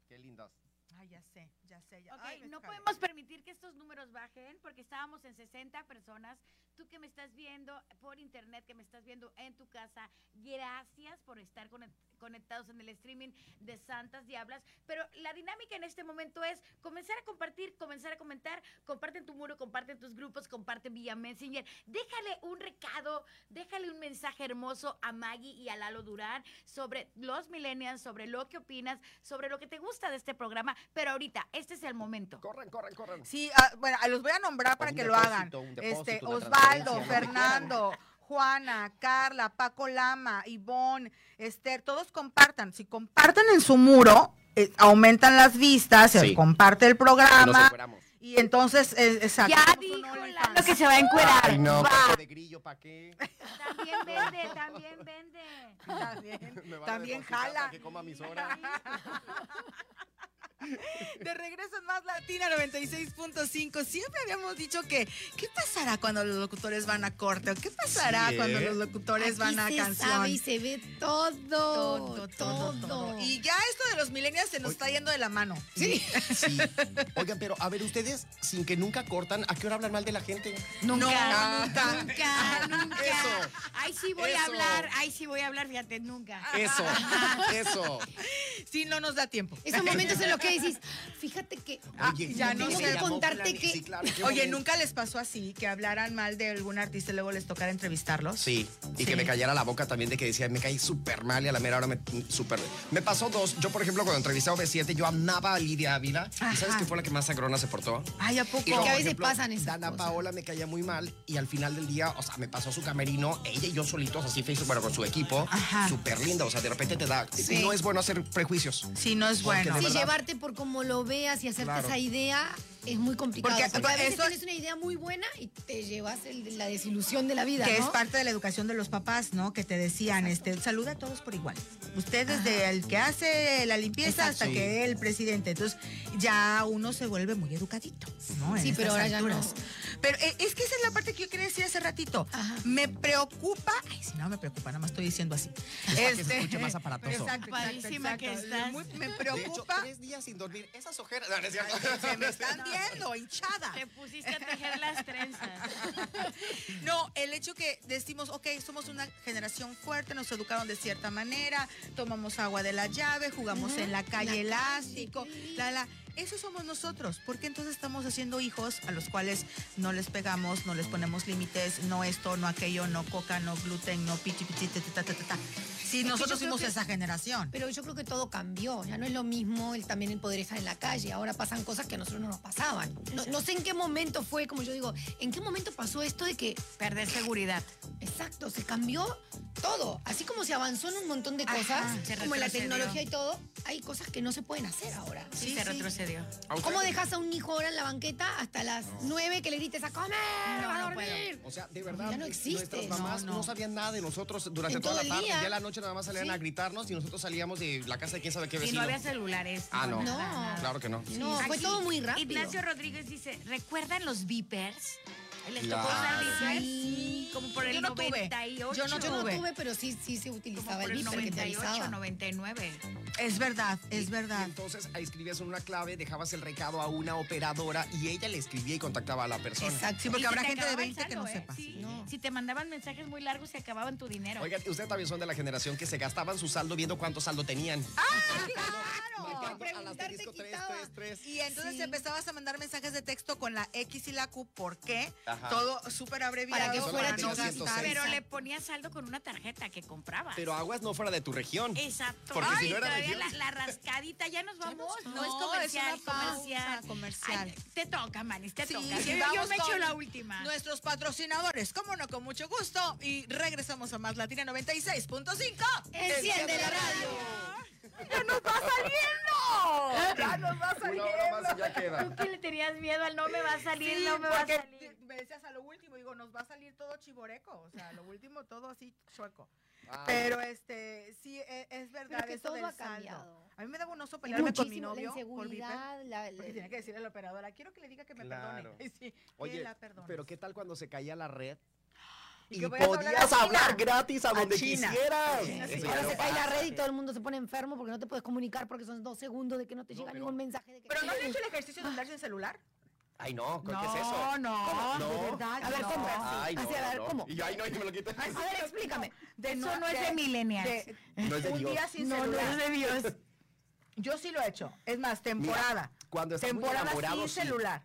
Speaker 5: Qué lindas.
Speaker 1: Ay, ya sé, ya sé.
Speaker 13: Ok, no podemos permitir que estos números bajen porque estábamos en 60 personas. Tú que me estás viendo por internet, que me estás viendo en tu casa, gracias por estar conec- conectados en el streaming de Santas Diablas. Pero la dinámica en este momento es comenzar a compartir, comenzar a comentar, comparten tu muro, comparten tus grupos, comparten vía Messenger. Déjale un recado, déjale un mensaje hermoso a Maggie y a Lalo Durán sobre los millennials, sobre lo que opinas, sobre lo que te gusta de este programa. Pero ahorita, este es el momento.
Speaker 5: Corran, corran, corran.
Speaker 1: Sí, ah, bueno, ah, los voy a nombrar para
Speaker 3: Un
Speaker 1: que lo hagan.
Speaker 3: depósito, un depósito,
Speaker 1: Este,
Speaker 3: una
Speaker 1: Osvaldo,
Speaker 3: transferencia, lo que
Speaker 1: Fernando, Juana, Carla, Paco Lama, Ivonne, Esther, todos compartan. Si comparten en su muro, eh, aumentan las vistas, se
Speaker 3: Sí.
Speaker 1: comparte el
Speaker 3: Nos
Speaker 1: programa.
Speaker 3: encueramos.
Speaker 1: y entonces, eh, exacto.
Speaker 13: Ya
Speaker 1: hacemos un
Speaker 13: dijo
Speaker 1: OnlyFans.
Speaker 13: Lalo que se va a encuerar.
Speaker 5: Ay, no,
Speaker 13: Va.
Speaker 5: cuerpo de grillo, ¿pa' qué?
Speaker 13: También vende, también vende.
Speaker 5: Me
Speaker 1: También,
Speaker 5: van a
Speaker 1: también
Speaker 5: depositar para
Speaker 1: jala.
Speaker 5: que coma mis horas.
Speaker 1: De regreso en Más Latina 96.5. Siempre habíamos dicho que, ¿qué pasará cuando los locutores van a corte? ¿O ¿Qué pasará
Speaker 3: Sí,
Speaker 1: cuando
Speaker 3: ¿eh?
Speaker 1: los locutores
Speaker 4: Aquí
Speaker 1: van a
Speaker 4: se
Speaker 1: canción?
Speaker 4: sabe y se ve todo, todo,
Speaker 1: Y ya esto de los millennials se nos está yendo de la mano.
Speaker 3: Sí. sí. Oigan, pero a ver, ustedes, sin que nunca cortan, ¿a qué hora hablan mal de la gente?
Speaker 1: Nunca.
Speaker 2: Nunca, nunca, nunca.
Speaker 3: Eso.
Speaker 2: Ahí sí voy a
Speaker 3: Eso.
Speaker 2: hablar, ahí sí voy a hablar, fíjate, nunca.
Speaker 3: Eso, eso.
Speaker 1: Sí, no nos da tiempo.
Speaker 4: Esos momentos en los que dices, fíjate que
Speaker 3: Oye,
Speaker 1: ya no
Speaker 3: ¿cómo
Speaker 1: sé
Speaker 3: se llamó
Speaker 4: contarte
Speaker 3: fulani-
Speaker 4: que-
Speaker 3: Sí, claro, qué
Speaker 1: Oye,
Speaker 3: momento.
Speaker 1: ¿nunca les pasó así que hablaran mal de algún artista y luego les tocara entrevistarlos?
Speaker 3: Sí, y
Speaker 1: Sí.
Speaker 3: que me callara la boca también de que decía, me caí súper mal y a la mera hora me súper... Me pasó dos. Yo, por ejemplo, cuando entrevisté a B7, yo amaba a Lidia Ávila. ¿Y sabes
Speaker 1: Ajá.
Speaker 3: qué fue la que más sangrona se portó?
Speaker 1: Ay, ¿a poco?
Speaker 3: Y luego,
Speaker 4: que a
Speaker 3: por
Speaker 4: veces pasan esas
Speaker 3: Dana
Speaker 4: cosas.
Speaker 3: Paola me caía muy mal y al final del día, o sea, me pasó a su camerino, ella y yo solitos, así Facebook, bueno, con su equipo, súper linda. O sea, de repente te da...
Speaker 4: Sí.
Speaker 3: No es bueno hacer prejuicios.
Speaker 1: Sí, no es
Speaker 3: Porque
Speaker 1: bueno.
Speaker 3: de
Speaker 4: sí,
Speaker 3: verdad.
Speaker 4: llevarte por como lo veas y hacerte
Speaker 3: Claro.
Speaker 4: esa idea es muy complicado.
Speaker 1: Porque,
Speaker 4: Porque, a
Speaker 1: pues,
Speaker 4: veces
Speaker 1: eso-
Speaker 4: tienes una idea muy buena y te llevas el- la desilusión de la vida,
Speaker 1: Que
Speaker 4: ¿no?
Speaker 1: es parte de la educación de los papás, ¿no? Que te decían, este, saluda a todos por igual. Usted desde el que hace la limpieza hasta
Speaker 3: Sí.
Speaker 1: que el presidente. Entonces, ya uno se vuelve muy educadito, ¿no? En
Speaker 4: Sí, pero
Speaker 1: estas
Speaker 4: ahora ya no.
Speaker 1: Pero eh, es que esa es la parte que yo quería decir hace ratito.
Speaker 4: Ajá.
Speaker 1: Me preocupa. Ay, si no me preocupa, nada más estoy diciendo así. Este,
Speaker 3: para que se escuche más aparatoso.
Speaker 1: Exacto, exacto,
Speaker 2: Ocupadísima
Speaker 1: exacto.
Speaker 2: que estás.
Speaker 1: Muy- me
Speaker 3: De hecho,
Speaker 1: preocupa.
Speaker 3: tres días sin dormir. Esas ojeras... No, no es cierto.
Speaker 1: Se me están viendo, hinchada.
Speaker 2: Te pusiste a tejer las trenzas.
Speaker 1: No, el hecho que decimos, ok, somos una generación fuerte, nos educaron de cierta manera, tomamos agua de la llave, jugamos en la calle elástico, la, la. Eso somos nosotros, porque entonces estamos haciendo hijos a los cuales no les pegamos, no les ponemos límites, no esto, no aquello, no coca, no gluten, no pichi, pichi, ta, ta, ta, ta, ta. Si
Speaker 4: yo
Speaker 1: nosotros
Speaker 4: creo
Speaker 1: fuimos
Speaker 4: que-
Speaker 1: esa generación.
Speaker 4: Pero yo creo que todo cambió, ya no es lo mismo el, también el poder estar en la calle, ahora pasan cosas que a nosotros no nos pasaban. No, no sé en qué momento fue, como yo digo, en qué momento pasó esto de que,
Speaker 2: Perder seguridad.
Speaker 4: exacto, se cambió todo, así como se avanzó en un montón de
Speaker 2: Ajá,
Speaker 4: cosas,
Speaker 2: se
Speaker 4: como en la
Speaker 2: retrocedió.
Speaker 4: tecnología y todo, hay cosas que no se pueden hacer ahora.
Speaker 2: Sí, se retrocedió.
Speaker 4: ¿Cómo dejas a un hijo ahora en la banqueta hasta las 9 que le grites a comer?
Speaker 2: No,
Speaker 4: vas a
Speaker 2: no puedo.
Speaker 4: dormir?
Speaker 3: O sea, de verdad,
Speaker 4: Ya no
Speaker 3: eh,
Speaker 4: existe.
Speaker 3: nuestras mamás
Speaker 1: No,
Speaker 3: no,
Speaker 1: no.
Speaker 3: sabían nada de nosotros durante
Speaker 4: En
Speaker 3: toda la
Speaker 4: todo el
Speaker 3: tarde.
Speaker 4: día.
Speaker 3: Ya en la noche nada más salían
Speaker 4: Sí.
Speaker 3: a gritarnos y nosotros salíamos de la casa de quién sabe qué
Speaker 2: Y
Speaker 3: vecino.
Speaker 2: no había celulares.
Speaker 3: Ah, no.
Speaker 4: No.
Speaker 2: nada, nada.
Speaker 3: Claro que no.
Speaker 4: No, fue
Speaker 2: Aquí,
Speaker 4: todo muy rápido.
Speaker 2: Ignacio Rodríguez dice, ¿recuerdan los beepers? ¿Les tocó usar
Speaker 3: Claro.
Speaker 2: beepers?
Speaker 4: Sí.
Speaker 2: Como por el
Speaker 1: Yo no tuve.
Speaker 2: 98.
Speaker 1: Yo no
Speaker 4: Yo no
Speaker 1: tuve.
Speaker 4: tuve, pero sí, sí se
Speaker 2: Como
Speaker 4: utilizaba
Speaker 2: por el
Speaker 4: el viper que te
Speaker 2: 98,
Speaker 4: avisaba.
Speaker 2: 99.
Speaker 1: Es verdad, es
Speaker 3: Y
Speaker 1: verdad.
Speaker 3: entonces ahí escribías una clave, dejabas el recado a una operadora y ella le escribía y contactaba a la persona.
Speaker 4: Exacto.
Speaker 1: Sí, porque
Speaker 2: Y se
Speaker 1: habrá
Speaker 2: te
Speaker 1: gente de
Speaker 2: acababa
Speaker 1: 20 que
Speaker 2: el
Speaker 1: no
Speaker 2: saldo, ¿eh?
Speaker 1: sepa.
Speaker 2: Sí. Si te mandaban mensajes muy largos, se acababan tu dinero.
Speaker 3: Oigan, ustedes también son de la generación que se gastaban su saldo viendo cuánto saldo tenían.
Speaker 1: Claro.
Speaker 3: Marcando a las
Speaker 4: preguntarte
Speaker 3: discotecas
Speaker 1: quitaba.
Speaker 16: tres, tres.
Speaker 1: Y entonces
Speaker 16: Sí.
Speaker 1: empezabas a mandar mensajes de texto con la X y la Q. ¿Por qué?
Speaker 16: Ajá.
Speaker 1: Todo súper abreviado.
Speaker 16: Para que fuera Solamente todo tenía gastar. 106.
Speaker 2: Pero le ponía saldo con una tarjeta que comprabas.
Speaker 16: Pero aguas no fuera de tu región.
Speaker 2: Exacto.
Speaker 16: Porque
Speaker 2: Ay,
Speaker 16: si no era
Speaker 2: todavía
Speaker 16: región.
Speaker 2: la, la rascadita, ya nos vamos.
Speaker 1: nos
Speaker 2: no, es
Speaker 1: vamos.
Speaker 2: comercial,
Speaker 1: Es una pausa
Speaker 2: comercial.
Speaker 1: comercial.
Speaker 2: Ay, te toca, Manis, te
Speaker 1: Sí,
Speaker 2: toca. Yo, yo
Speaker 1: vamos
Speaker 2: me echo
Speaker 1: con
Speaker 2: la última.
Speaker 1: Nuestros patrocinadores, cómo no, con mucho gusto. Y regresamos a Más Latina 96.5.
Speaker 4: Enciende la radio.
Speaker 1: ¡Ya nos va saliendo!
Speaker 17: ¡Ya nos va
Speaker 1: saliendo!
Speaker 17: Tú que le tenías miedo al no me va a salir,
Speaker 1: Sí,
Speaker 17: no me va a
Speaker 1: porque
Speaker 17: salir.
Speaker 1: te- Me decías a lo último, digo, nos va a salir todo chiboreco, o sea, lo último todo así chueco.
Speaker 18: Ah.
Speaker 1: Pero este, sí, e- es, verdad,
Speaker 4: que
Speaker 1: eso
Speaker 4: todo
Speaker 1: del
Speaker 4: ha
Speaker 1: saldo.
Speaker 4: cambiado.
Speaker 1: A mí Pues me daba un oso
Speaker 4: Y
Speaker 1: pelearme con mi
Speaker 4: muchísimo, la
Speaker 1: novio. por Viper,
Speaker 4: inseguridad, la-
Speaker 1: porque
Speaker 4: la-
Speaker 1: tenía que decirle a la operadora, quiero que le diga que me
Speaker 3: Claro.
Speaker 1: perdone. Sí, que
Speaker 3: Oye,
Speaker 1: la perdone.
Speaker 3: pero ¿qué tal cuando se caía la red?
Speaker 1: Y
Speaker 3: Y,
Speaker 1: que voy a hablar a
Speaker 3: podías
Speaker 1: China.
Speaker 3: hablar gratis a
Speaker 1: A
Speaker 3: donde
Speaker 1: China.
Speaker 3: quisieras.
Speaker 1: A China, sí.
Speaker 3: Eso ya
Speaker 4: Ahora
Speaker 3: no
Speaker 4: se cae la
Speaker 3: pasa.
Speaker 4: red y todo el mundo se pone enfermo porque no te puedes comunicar porque son dos segundos de que no te llega ningún mensaje. De que
Speaker 1: ¿Pero no le he hecho el ejercicio de andar sin celular?
Speaker 3: Ay, no, ¿qué
Speaker 1: No,
Speaker 3: es eso?
Speaker 1: no,
Speaker 3: ¿Cómo?
Speaker 1: de
Speaker 3: No.
Speaker 1: verdad,
Speaker 3: A ver,
Speaker 1: no.
Speaker 3: ¿cómo?
Speaker 1: Ay,
Speaker 3: no,
Speaker 1: Así, a ver,
Speaker 3: no.
Speaker 1: ¿cómo?
Speaker 3: Y yo, ay, no, y me lo quito.
Speaker 1: A ver, explícame.
Speaker 17: Eso no es de millennials.
Speaker 3: No es de
Speaker 1: un
Speaker 3: Dios.
Speaker 1: día sin
Speaker 3: No, no
Speaker 1: celular.
Speaker 3: es de Dios.
Speaker 1: Yo sí lo he hecho. Es más, temporada.
Speaker 3: Mira, cuando estás muy
Speaker 1: temporada
Speaker 3: enamorado,
Speaker 1: sin
Speaker 3: sí.
Speaker 1: celular.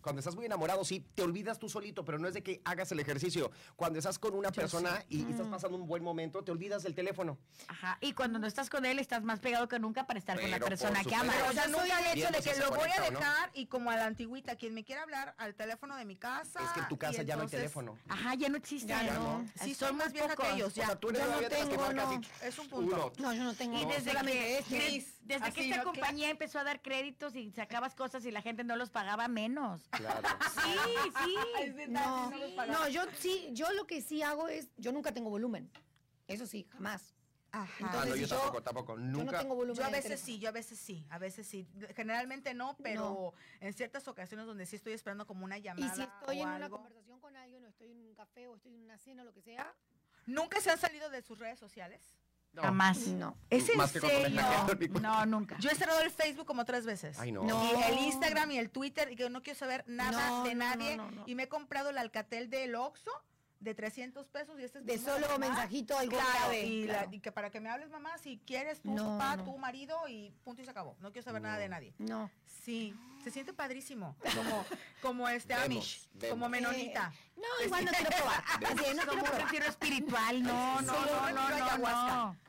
Speaker 3: Cuando estás muy enamorado, sí, te olvidas tú solito, pero no es de que hagas el ejercicio. Cuando estás con una persona y, y
Speaker 1: Mm.
Speaker 3: estás pasando un buen momento, te olvidas del teléfono.
Speaker 17: Ajá, y cuando no estás con él, estás más pegado que nunca para estar con
Speaker 3: Pero
Speaker 17: la
Speaker 3: por
Speaker 17: persona que
Speaker 3: supuesto.
Speaker 17: amas.
Speaker 3: Pero
Speaker 1: O sea,
Speaker 3: Viendo
Speaker 1: nunca el
Speaker 3: si
Speaker 1: hecho de
Speaker 3: se
Speaker 1: que lo voy
Speaker 3: conecta
Speaker 1: a
Speaker 3: o no.
Speaker 1: dejar y como a la antigüita, quien me quiera hablar al teléfono de mi casa.
Speaker 3: Es que en tu
Speaker 1: y
Speaker 3: casa ya no hay
Speaker 1: entonces-
Speaker 3: teléfono.
Speaker 17: Ajá, ya no existe.
Speaker 1: Ya
Speaker 3: no.
Speaker 1: Sí, soy más vieja
Speaker 17: pocos.
Speaker 1: que ellos, ya.
Speaker 3: O sea, tú eres
Speaker 1: Yo
Speaker 3: todavía de las que marca así,
Speaker 1: Es un punto.
Speaker 3: uno.
Speaker 4: No, yo no tengo.
Speaker 17: Y desde que,
Speaker 1: este.
Speaker 17: de-
Speaker 1: Gris,
Speaker 17: desde
Speaker 1: así,
Speaker 17: que esta
Speaker 1: ¿no?
Speaker 17: compañía empezó a dar créditos y sacabas cosas y la gente no los pagaba menos.
Speaker 3: Claro. Ah,
Speaker 17: Sí, sí.
Speaker 4: No,
Speaker 1: no los
Speaker 4: no, yo sí, yo lo que sí hago es, yo nunca tengo volumen. Eso sí, jamás.
Speaker 3: Ah,
Speaker 1: Ajá.
Speaker 3: no, yo
Speaker 4: yo-
Speaker 3: tampoco, tampoco.
Speaker 4: Yo
Speaker 3: Nunca.
Speaker 4: no tengo volumen.
Speaker 1: Yo a
Speaker 4: en el
Speaker 1: veces
Speaker 4: teléfono.
Speaker 1: sí, yo a veces sí, a veces sí. Generalmente no, pero en ciertas ocasiones donde sí estoy esperando como una
Speaker 4: Y
Speaker 1: llamada
Speaker 4: si estoy
Speaker 1: o
Speaker 4: en una
Speaker 1: algo.
Speaker 4: conversación con alguien, o estoy en un café, o estoy en una cena, o lo que sea.
Speaker 1: ¿Nunca se han salido de sus redes sociales?
Speaker 3: No.
Speaker 17: Jamás.
Speaker 4: No.
Speaker 1: ¿Es en
Speaker 3: Más que cuando me
Speaker 1: serio?
Speaker 3: hackearon mi cuenta.
Speaker 17: No, nunca.
Speaker 1: Yo he cerrado el Facebook como tres veces.
Speaker 3: Ay, no.
Speaker 4: No.
Speaker 1: Y el Instagram y el Twitter, y que no quiero saber nada
Speaker 4: Oh. No,
Speaker 1: de
Speaker 4: no,
Speaker 1: nadie.
Speaker 4: no, no, no.
Speaker 1: Y me he comprado el Alcatel del Oxxo de 300 pesos y este es
Speaker 4: De
Speaker 1: mi número,
Speaker 4: solo
Speaker 1: mamá.
Speaker 4: mensajito, algo
Speaker 1: Claro,
Speaker 4: grave,
Speaker 1: y, la-
Speaker 4: claro.
Speaker 1: y que para que me hables, mamá, si quieres, tu
Speaker 4: No,
Speaker 1: papá,
Speaker 4: no.
Speaker 1: tu marido, y punto y se acabó. No quiero saber nada de nadie.
Speaker 4: No.
Speaker 1: Sí, se siente padrísimo. Como, como este
Speaker 3: Vemos,
Speaker 1: Amish,
Speaker 3: vemos.
Speaker 1: como menonita.
Speaker 4: Eh, No, igual no quiero probar. Así, no quiero
Speaker 17: Como
Speaker 4: probar.
Speaker 17: prefiero espiritual, no, no,
Speaker 1: Sí,
Speaker 17: no, no,
Speaker 1: yo
Speaker 17: no, no.
Speaker 1: ayahuasca.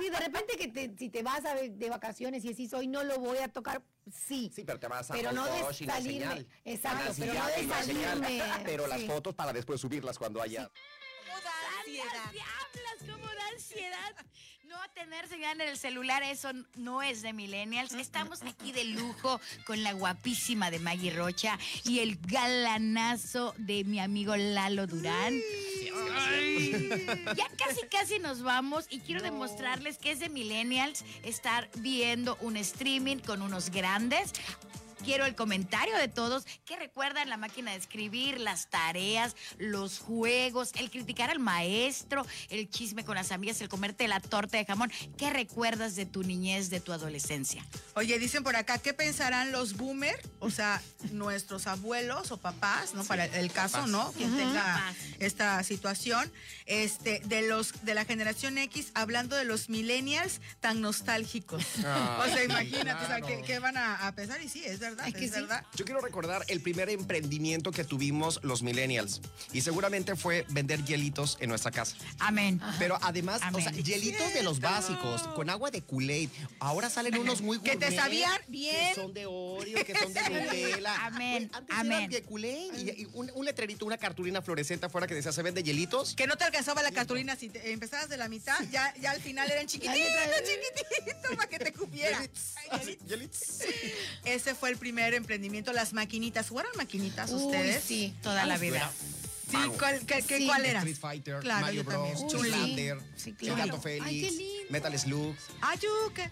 Speaker 4: Sí, de repente que te- si te vas a ver de vacaciones y decís hoy no lo voy a tocar, sí.
Speaker 3: Sí, pero te vas a
Speaker 4: Pero no de
Speaker 3: Oshkosh y la
Speaker 4: salirme.
Speaker 3: señal. La
Speaker 4: Exacto, pero no
Speaker 3: señal
Speaker 4: de
Speaker 3: y la señal.
Speaker 4: salirme.
Speaker 3: Pero las
Speaker 4: Sí.
Speaker 3: fotos para después subirlas cuando haya.
Speaker 2: ¡Las diablas! ¿Cómo da ansiedad? No tener señal en el celular, eso no es de millennials. Estamos aquí de lujo con la guapísima de Maggie Rocha y el galanazo de mi amigo Lalo Durán. Ay. Ya casi casi nos vamos y quiero demostrarles que es de millennials estar viendo un streaming con unos grandes. Quiero el comentario de todos que recuerdan la máquina de escribir, las tareas, los juegos, el criticar al maestro, el chisme con las amigas, el comerte la torta de jamón. ¿Qué recuerdas de tu niñez, de tu adolescencia?
Speaker 1: Oye, dicen por acá, ¿qué pensarán los boomer? O sea, nuestros abuelos o papás, ¿no? Para el caso, ¿no? Quien tenga
Speaker 2: Papás.
Speaker 1: esta situación. Este, de los, de la generación X, hablando de los millennials tan nostálgicos.
Speaker 3: Ah,
Speaker 1: o sea,
Speaker 3: sí,
Speaker 1: imagínate, o sea,
Speaker 3: claro.
Speaker 1: ¿qué, qué van a, a pensar? Y sí, es verdad, es, verdad.
Speaker 3: Yo quiero recordar el primer emprendimiento que tuvimos los millennials. Y seguramente fue vender hielitos en nuestra casa.
Speaker 2: Amén.
Speaker 3: Pero además, o
Speaker 2: Amén.
Speaker 3: sea, hielitos de los básicos, con agua de Kool-Aid. Ahora salen unos muy
Speaker 1: Que te
Speaker 3: gourmet,
Speaker 1: sabían bien.
Speaker 3: Que son de Oreo, que son de Nutella.
Speaker 2: Amén,
Speaker 3: Güey, Antes
Speaker 2: amén.
Speaker 3: eran de Kool-Aid y, y un, un letrerito, una cartulina fluorescente afuera que decía, ¿se vende hielitos?
Speaker 1: Que no te alcanzaba la cartulina si te- empezabas de la mitad, ya, ya al final eran chiquititos, chiquititos, para que te cupiera. Ay,
Speaker 3: Hielitos.
Speaker 1: Ese fue el primer emprendimiento, las maquinitas. ¿Jugaron maquinitas
Speaker 4: Uy,
Speaker 1: ustedes?
Speaker 4: sí.
Speaker 2: Toda la
Speaker 3: Yo
Speaker 2: vida.
Speaker 3: era
Speaker 1: Sí,
Speaker 3: mago.
Speaker 1: ¿cuál, qué, qué- cuál era?
Speaker 3: Street Fighter,
Speaker 1: Claro,
Speaker 3: Mario
Speaker 1: yo también.
Speaker 3: Bros,
Speaker 1: Uy,
Speaker 4: sí.
Speaker 3: Zoolander,
Speaker 4: Sí,
Speaker 3: El
Speaker 4: claro.
Speaker 3: Gato
Speaker 4: Ay,
Speaker 3: Félix,
Speaker 4: qué lindo.
Speaker 3: Metal Slug.
Speaker 1: Ayuca.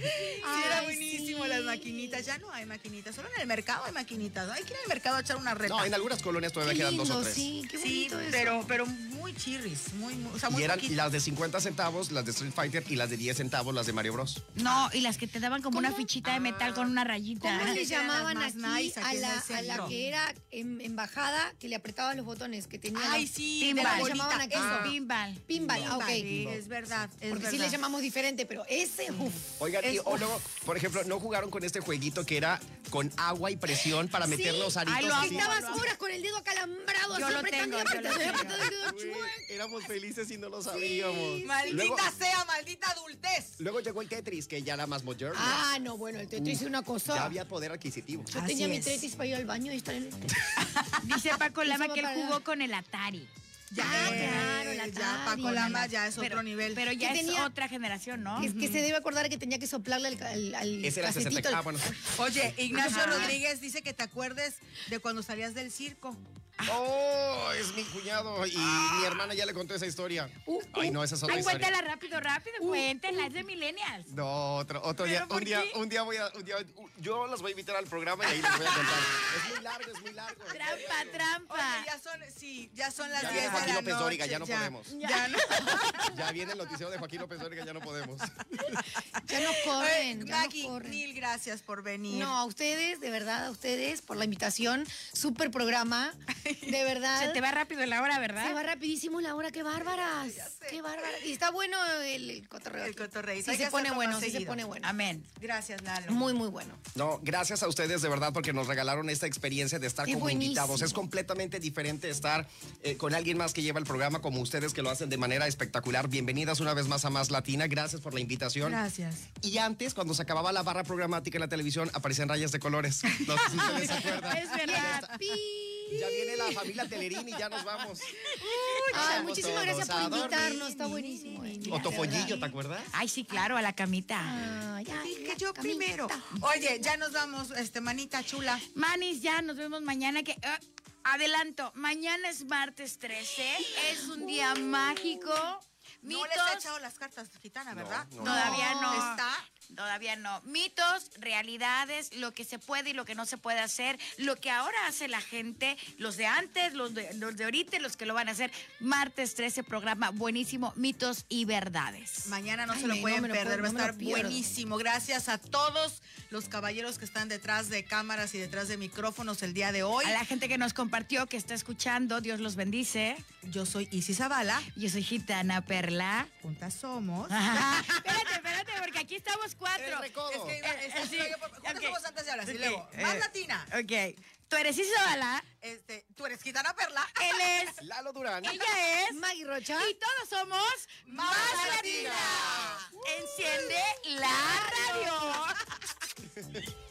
Speaker 1: Sí, era buenísimo las maquinitas. Ya no hay maquinitas, solo en el mercado hay maquinitas. Hay que ir al mercado a echar una reta.
Speaker 3: No, en algunas colonias todavía
Speaker 4: Qué
Speaker 3: quedan dos o
Speaker 4: lindo,
Speaker 3: tres.
Speaker 4: sí, qué
Speaker 1: sí,
Speaker 4: bonito eso.
Speaker 1: pero, pero muy muy chirris, muy, muy- o sea, muy
Speaker 3: Y eran
Speaker 1: poquito.
Speaker 3: las de 50 centavos, las de Street Fighter y las de 10 centavos, las de Mario Bros.
Speaker 2: No, y las que te daban como una fichita de metal con una rayita.
Speaker 4: ¿Cómo le
Speaker 1: Esas eran
Speaker 4: llamaban
Speaker 1: las
Speaker 4: aquí
Speaker 1: más nice
Speaker 4: a,
Speaker 1: aquí en
Speaker 4: la,
Speaker 1: el
Speaker 4: a la
Speaker 1: centro.
Speaker 4: que era em- embajada que le apretaba los botones que tenía?
Speaker 1: Ay,
Speaker 4: los-
Speaker 1: sí,
Speaker 4: ¿Cómo
Speaker 1: de la
Speaker 4: le
Speaker 1: bolita,
Speaker 4: llamaban aquí?
Speaker 1: eso.
Speaker 4: Ah,
Speaker 2: Pinball.
Speaker 4: Pinball, ah, ok.
Speaker 1: Sí, es verdad, es
Speaker 4: Porque sí
Speaker 1: verdad.
Speaker 4: le llamamos diferente, pero ese,
Speaker 3: Mm.
Speaker 4: uf.
Speaker 3: Oigan, y
Speaker 1: Es-
Speaker 3: o luego, por ejemplo, ¿no jugaron con este jueguito que era con agua y presión para meter los aritos?
Speaker 2: Ay, lo
Speaker 3: así?
Speaker 4: que estabas horas con el dedo acalambrado,
Speaker 2: Yo
Speaker 4: así
Speaker 2: lo
Speaker 4: apretando y
Speaker 2: tengo, yo lo
Speaker 4: apretando y
Speaker 2: tengo.
Speaker 4: apretando el dedo
Speaker 3: Güey,
Speaker 4: chueco.
Speaker 3: Éramos felices y no lo sabíamos.
Speaker 1: Maldita
Speaker 3: Luego-
Speaker 1: sea, maldita adultez.
Speaker 3: Luego llegó el Tetris, que ya era más moderno.
Speaker 4: Ah, no, bueno, el teatro hice una
Speaker 3: Ya
Speaker 4: cosa.
Speaker 3: había poder adquisitivo.
Speaker 4: Yo tenía mi tetis para ir al baño y estar en...
Speaker 2: Dice Paco Lama
Speaker 4: Eso va
Speaker 2: que él
Speaker 4: para
Speaker 2: jugó
Speaker 4: allá.
Speaker 2: con el Atari.
Speaker 1: Ya,
Speaker 2: claro, la
Speaker 1: ya,
Speaker 2: Atari,
Speaker 1: Paco Lama
Speaker 2: la-
Speaker 1: ya es
Speaker 2: pero-
Speaker 1: otro nivel.
Speaker 2: Pero ya
Speaker 4: ¿Qué
Speaker 2: es
Speaker 4: tenía?
Speaker 2: otra generación, ¿no?
Speaker 4: Es que se debe acordar que tenía que soplarle al, al, al
Speaker 3: Ese era el 60.
Speaker 4: casetito.
Speaker 3: Ah, bueno.
Speaker 1: Oye, Ignacio
Speaker 2: Ajá.
Speaker 1: Rodríguez dice que te acuerdes de cuando salías del circo.
Speaker 3: Oh, es mi cuñado y mi hermana ya le contó esa historia.
Speaker 2: Uh,
Speaker 3: Ay, no, esa es otra
Speaker 2: Ay,
Speaker 3: historia.
Speaker 2: cuéntala rápido, rápido. Cuéntala, es de Millennials.
Speaker 3: No, otro, otro
Speaker 2: ¿Pero
Speaker 3: día.
Speaker 2: por
Speaker 3: Un día,
Speaker 2: qué?
Speaker 3: un día voy a. un día- uh, yo las voy a invitar al programa y ahí les voy a contar. es muy largo, es muy largo.
Speaker 2: Trampa, trampa.
Speaker 1: Oye, ya son, sí, ya son las
Speaker 3: Ah.
Speaker 1: 10
Speaker 3: Ya viene
Speaker 1: de
Speaker 3: Joaquín
Speaker 1: la
Speaker 3: López
Speaker 1: noche.
Speaker 3: Dóriga, ya no podemos.
Speaker 1: Ya no.
Speaker 3: Ya viene el noticiero de Joaquín López Dóriga, ya no podemos.
Speaker 4: Ya nos
Speaker 1: Oye,
Speaker 4: corren, ya nos
Speaker 1: Maggie,
Speaker 4: corren.
Speaker 1: mil gracias por venir.
Speaker 4: No, a ustedes, de verdad, a ustedes por la invitación. Súper programa, de verdad.
Speaker 2: Se te va rápido la hora,
Speaker 4: Se va
Speaker 2: ¿verdad?
Speaker 4: rapidísimo la hora, qué bárbaras. Qué bárbaras. Y está bueno el, el cotorreo.
Speaker 1: El
Speaker 4: aquí.
Speaker 1: cotorreíto,
Speaker 4: Sí,
Speaker 1: hay
Speaker 4: se
Speaker 1: que
Speaker 4: pone
Speaker 1: hacerlo
Speaker 4: bueno,
Speaker 1: más
Speaker 4: sí, se
Speaker 1: seguido.
Speaker 4: pone bueno.
Speaker 2: Amén.
Speaker 1: Gracias, Lalo.
Speaker 4: Muy, muy bueno.
Speaker 3: No, gracias a ustedes de verdad porque nos regalaron esta experiencia de estar
Speaker 4: Qué
Speaker 3: como
Speaker 4: buenísimo.
Speaker 3: invitados. Es completamente diferente estar eh, con alguien más que lleva el programa como ustedes que lo hacen de manera espectacular. Bienvenidas una vez más a Más Latina. Gracias por la invitación.
Speaker 1: Gracias.
Speaker 3: Y antes, cuando se acababa la barra programática en la televisión, aparecían rayas de colores. No sé si ustedes se acuerdan.
Speaker 2: Es verdad.
Speaker 3: Ya viene la familia Telerini, ya nos vamos.
Speaker 4: Ay,
Speaker 3: Vamos
Speaker 4: muchísimas
Speaker 3: todos
Speaker 4: gracias
Speaker 3: a
Speaker 4: por
Speaker 3: dormir.
Speaker 4: invitarnos, está buenísimo. eh.
Speaker 3: Otofollillo, ¿te acuerdas?
Speaker 2: Ay, sí, claro, a la camita.
Speaker 4: Ay, ay,
Speaker 1: Dije
Speaker 4: la
Speaker 1: yo
Speaker 4: camita.
Speaker 1: primero. Oye, ya nos vamos, este manita chula.
Speaker 2: Manis, ya nos vemos mañana que... ah, adelanto, mañana es martes 13, es un día mágico.
Speaker 1: No les he
Speaker 2: Mitos,
Speaker 1: echado las cartas gitana, ¿verdad?
Speaker 3: no.
Speaker 2: Todavía no.
Speaker 1: Está.
Speaker 2: Todavía no. Mitos, realidades, lo que se puede y lo que no se puede hacer, lo que ahora hace la gente, los de antes, los de, los de ahorita, y los que lo van a hacer. Martes 13, programa buenísimo, mitos y verdades.
Speaker 1: Mañana no
Speaker 4: Ay,
Speaker 1: se lo
Speaker 4: me- no
Speaker 1: pueden
Speaker 4: me lo puedo-
Speaker 1: perder, va a
Speaker 4: no me lo
Speaker 1: estar
Speaker 4: pierdo.
Speaker 1: buenísimo. Gracias a todos los caballeros que están detrás de cámaras y detrás de micrófonos el día de hoy.
Speaker 2: A la gente que nos compartió, que está escuchando, Dios los bendice.
Speaker 1: Yo soy Isis Zavala,
Speaker 2: Yo soy Gitana Perla.
Speaker 1: juntas somos.
Speaker 2: Ajá. espérate, espérate, porque aquí estamos cuatro.
Speaker 3: El recodo.
Speaker 1: Es que iba-
Speaker 2: Eh, eh,
Speaker 1: es-
Speaker 2: sí.
Speaker 1: no, yo por- juntas
Speaker 2: Ok.
Speaker 1: somos antes de ahora, sí,
Speaker 2: Ok.
Speaker 1: luego. Más
Speaker 2: Eh,
Speaker 1: latina.
Speaker 2: Ok. Tú eres Isabela,
Speaker 1: Este, tú eres gitana perla.
Speaker 2: él es,
Speaker 3: Lalo Durán.
Speaker 2: ella es.
Speaker 4: Maggie Rocha.
Speaker 2: Y todos somos
Speaker 1: Más
Speaker 2: más
Speaker 1: Latina.
Speaker 2: latinas. Enciende la radio.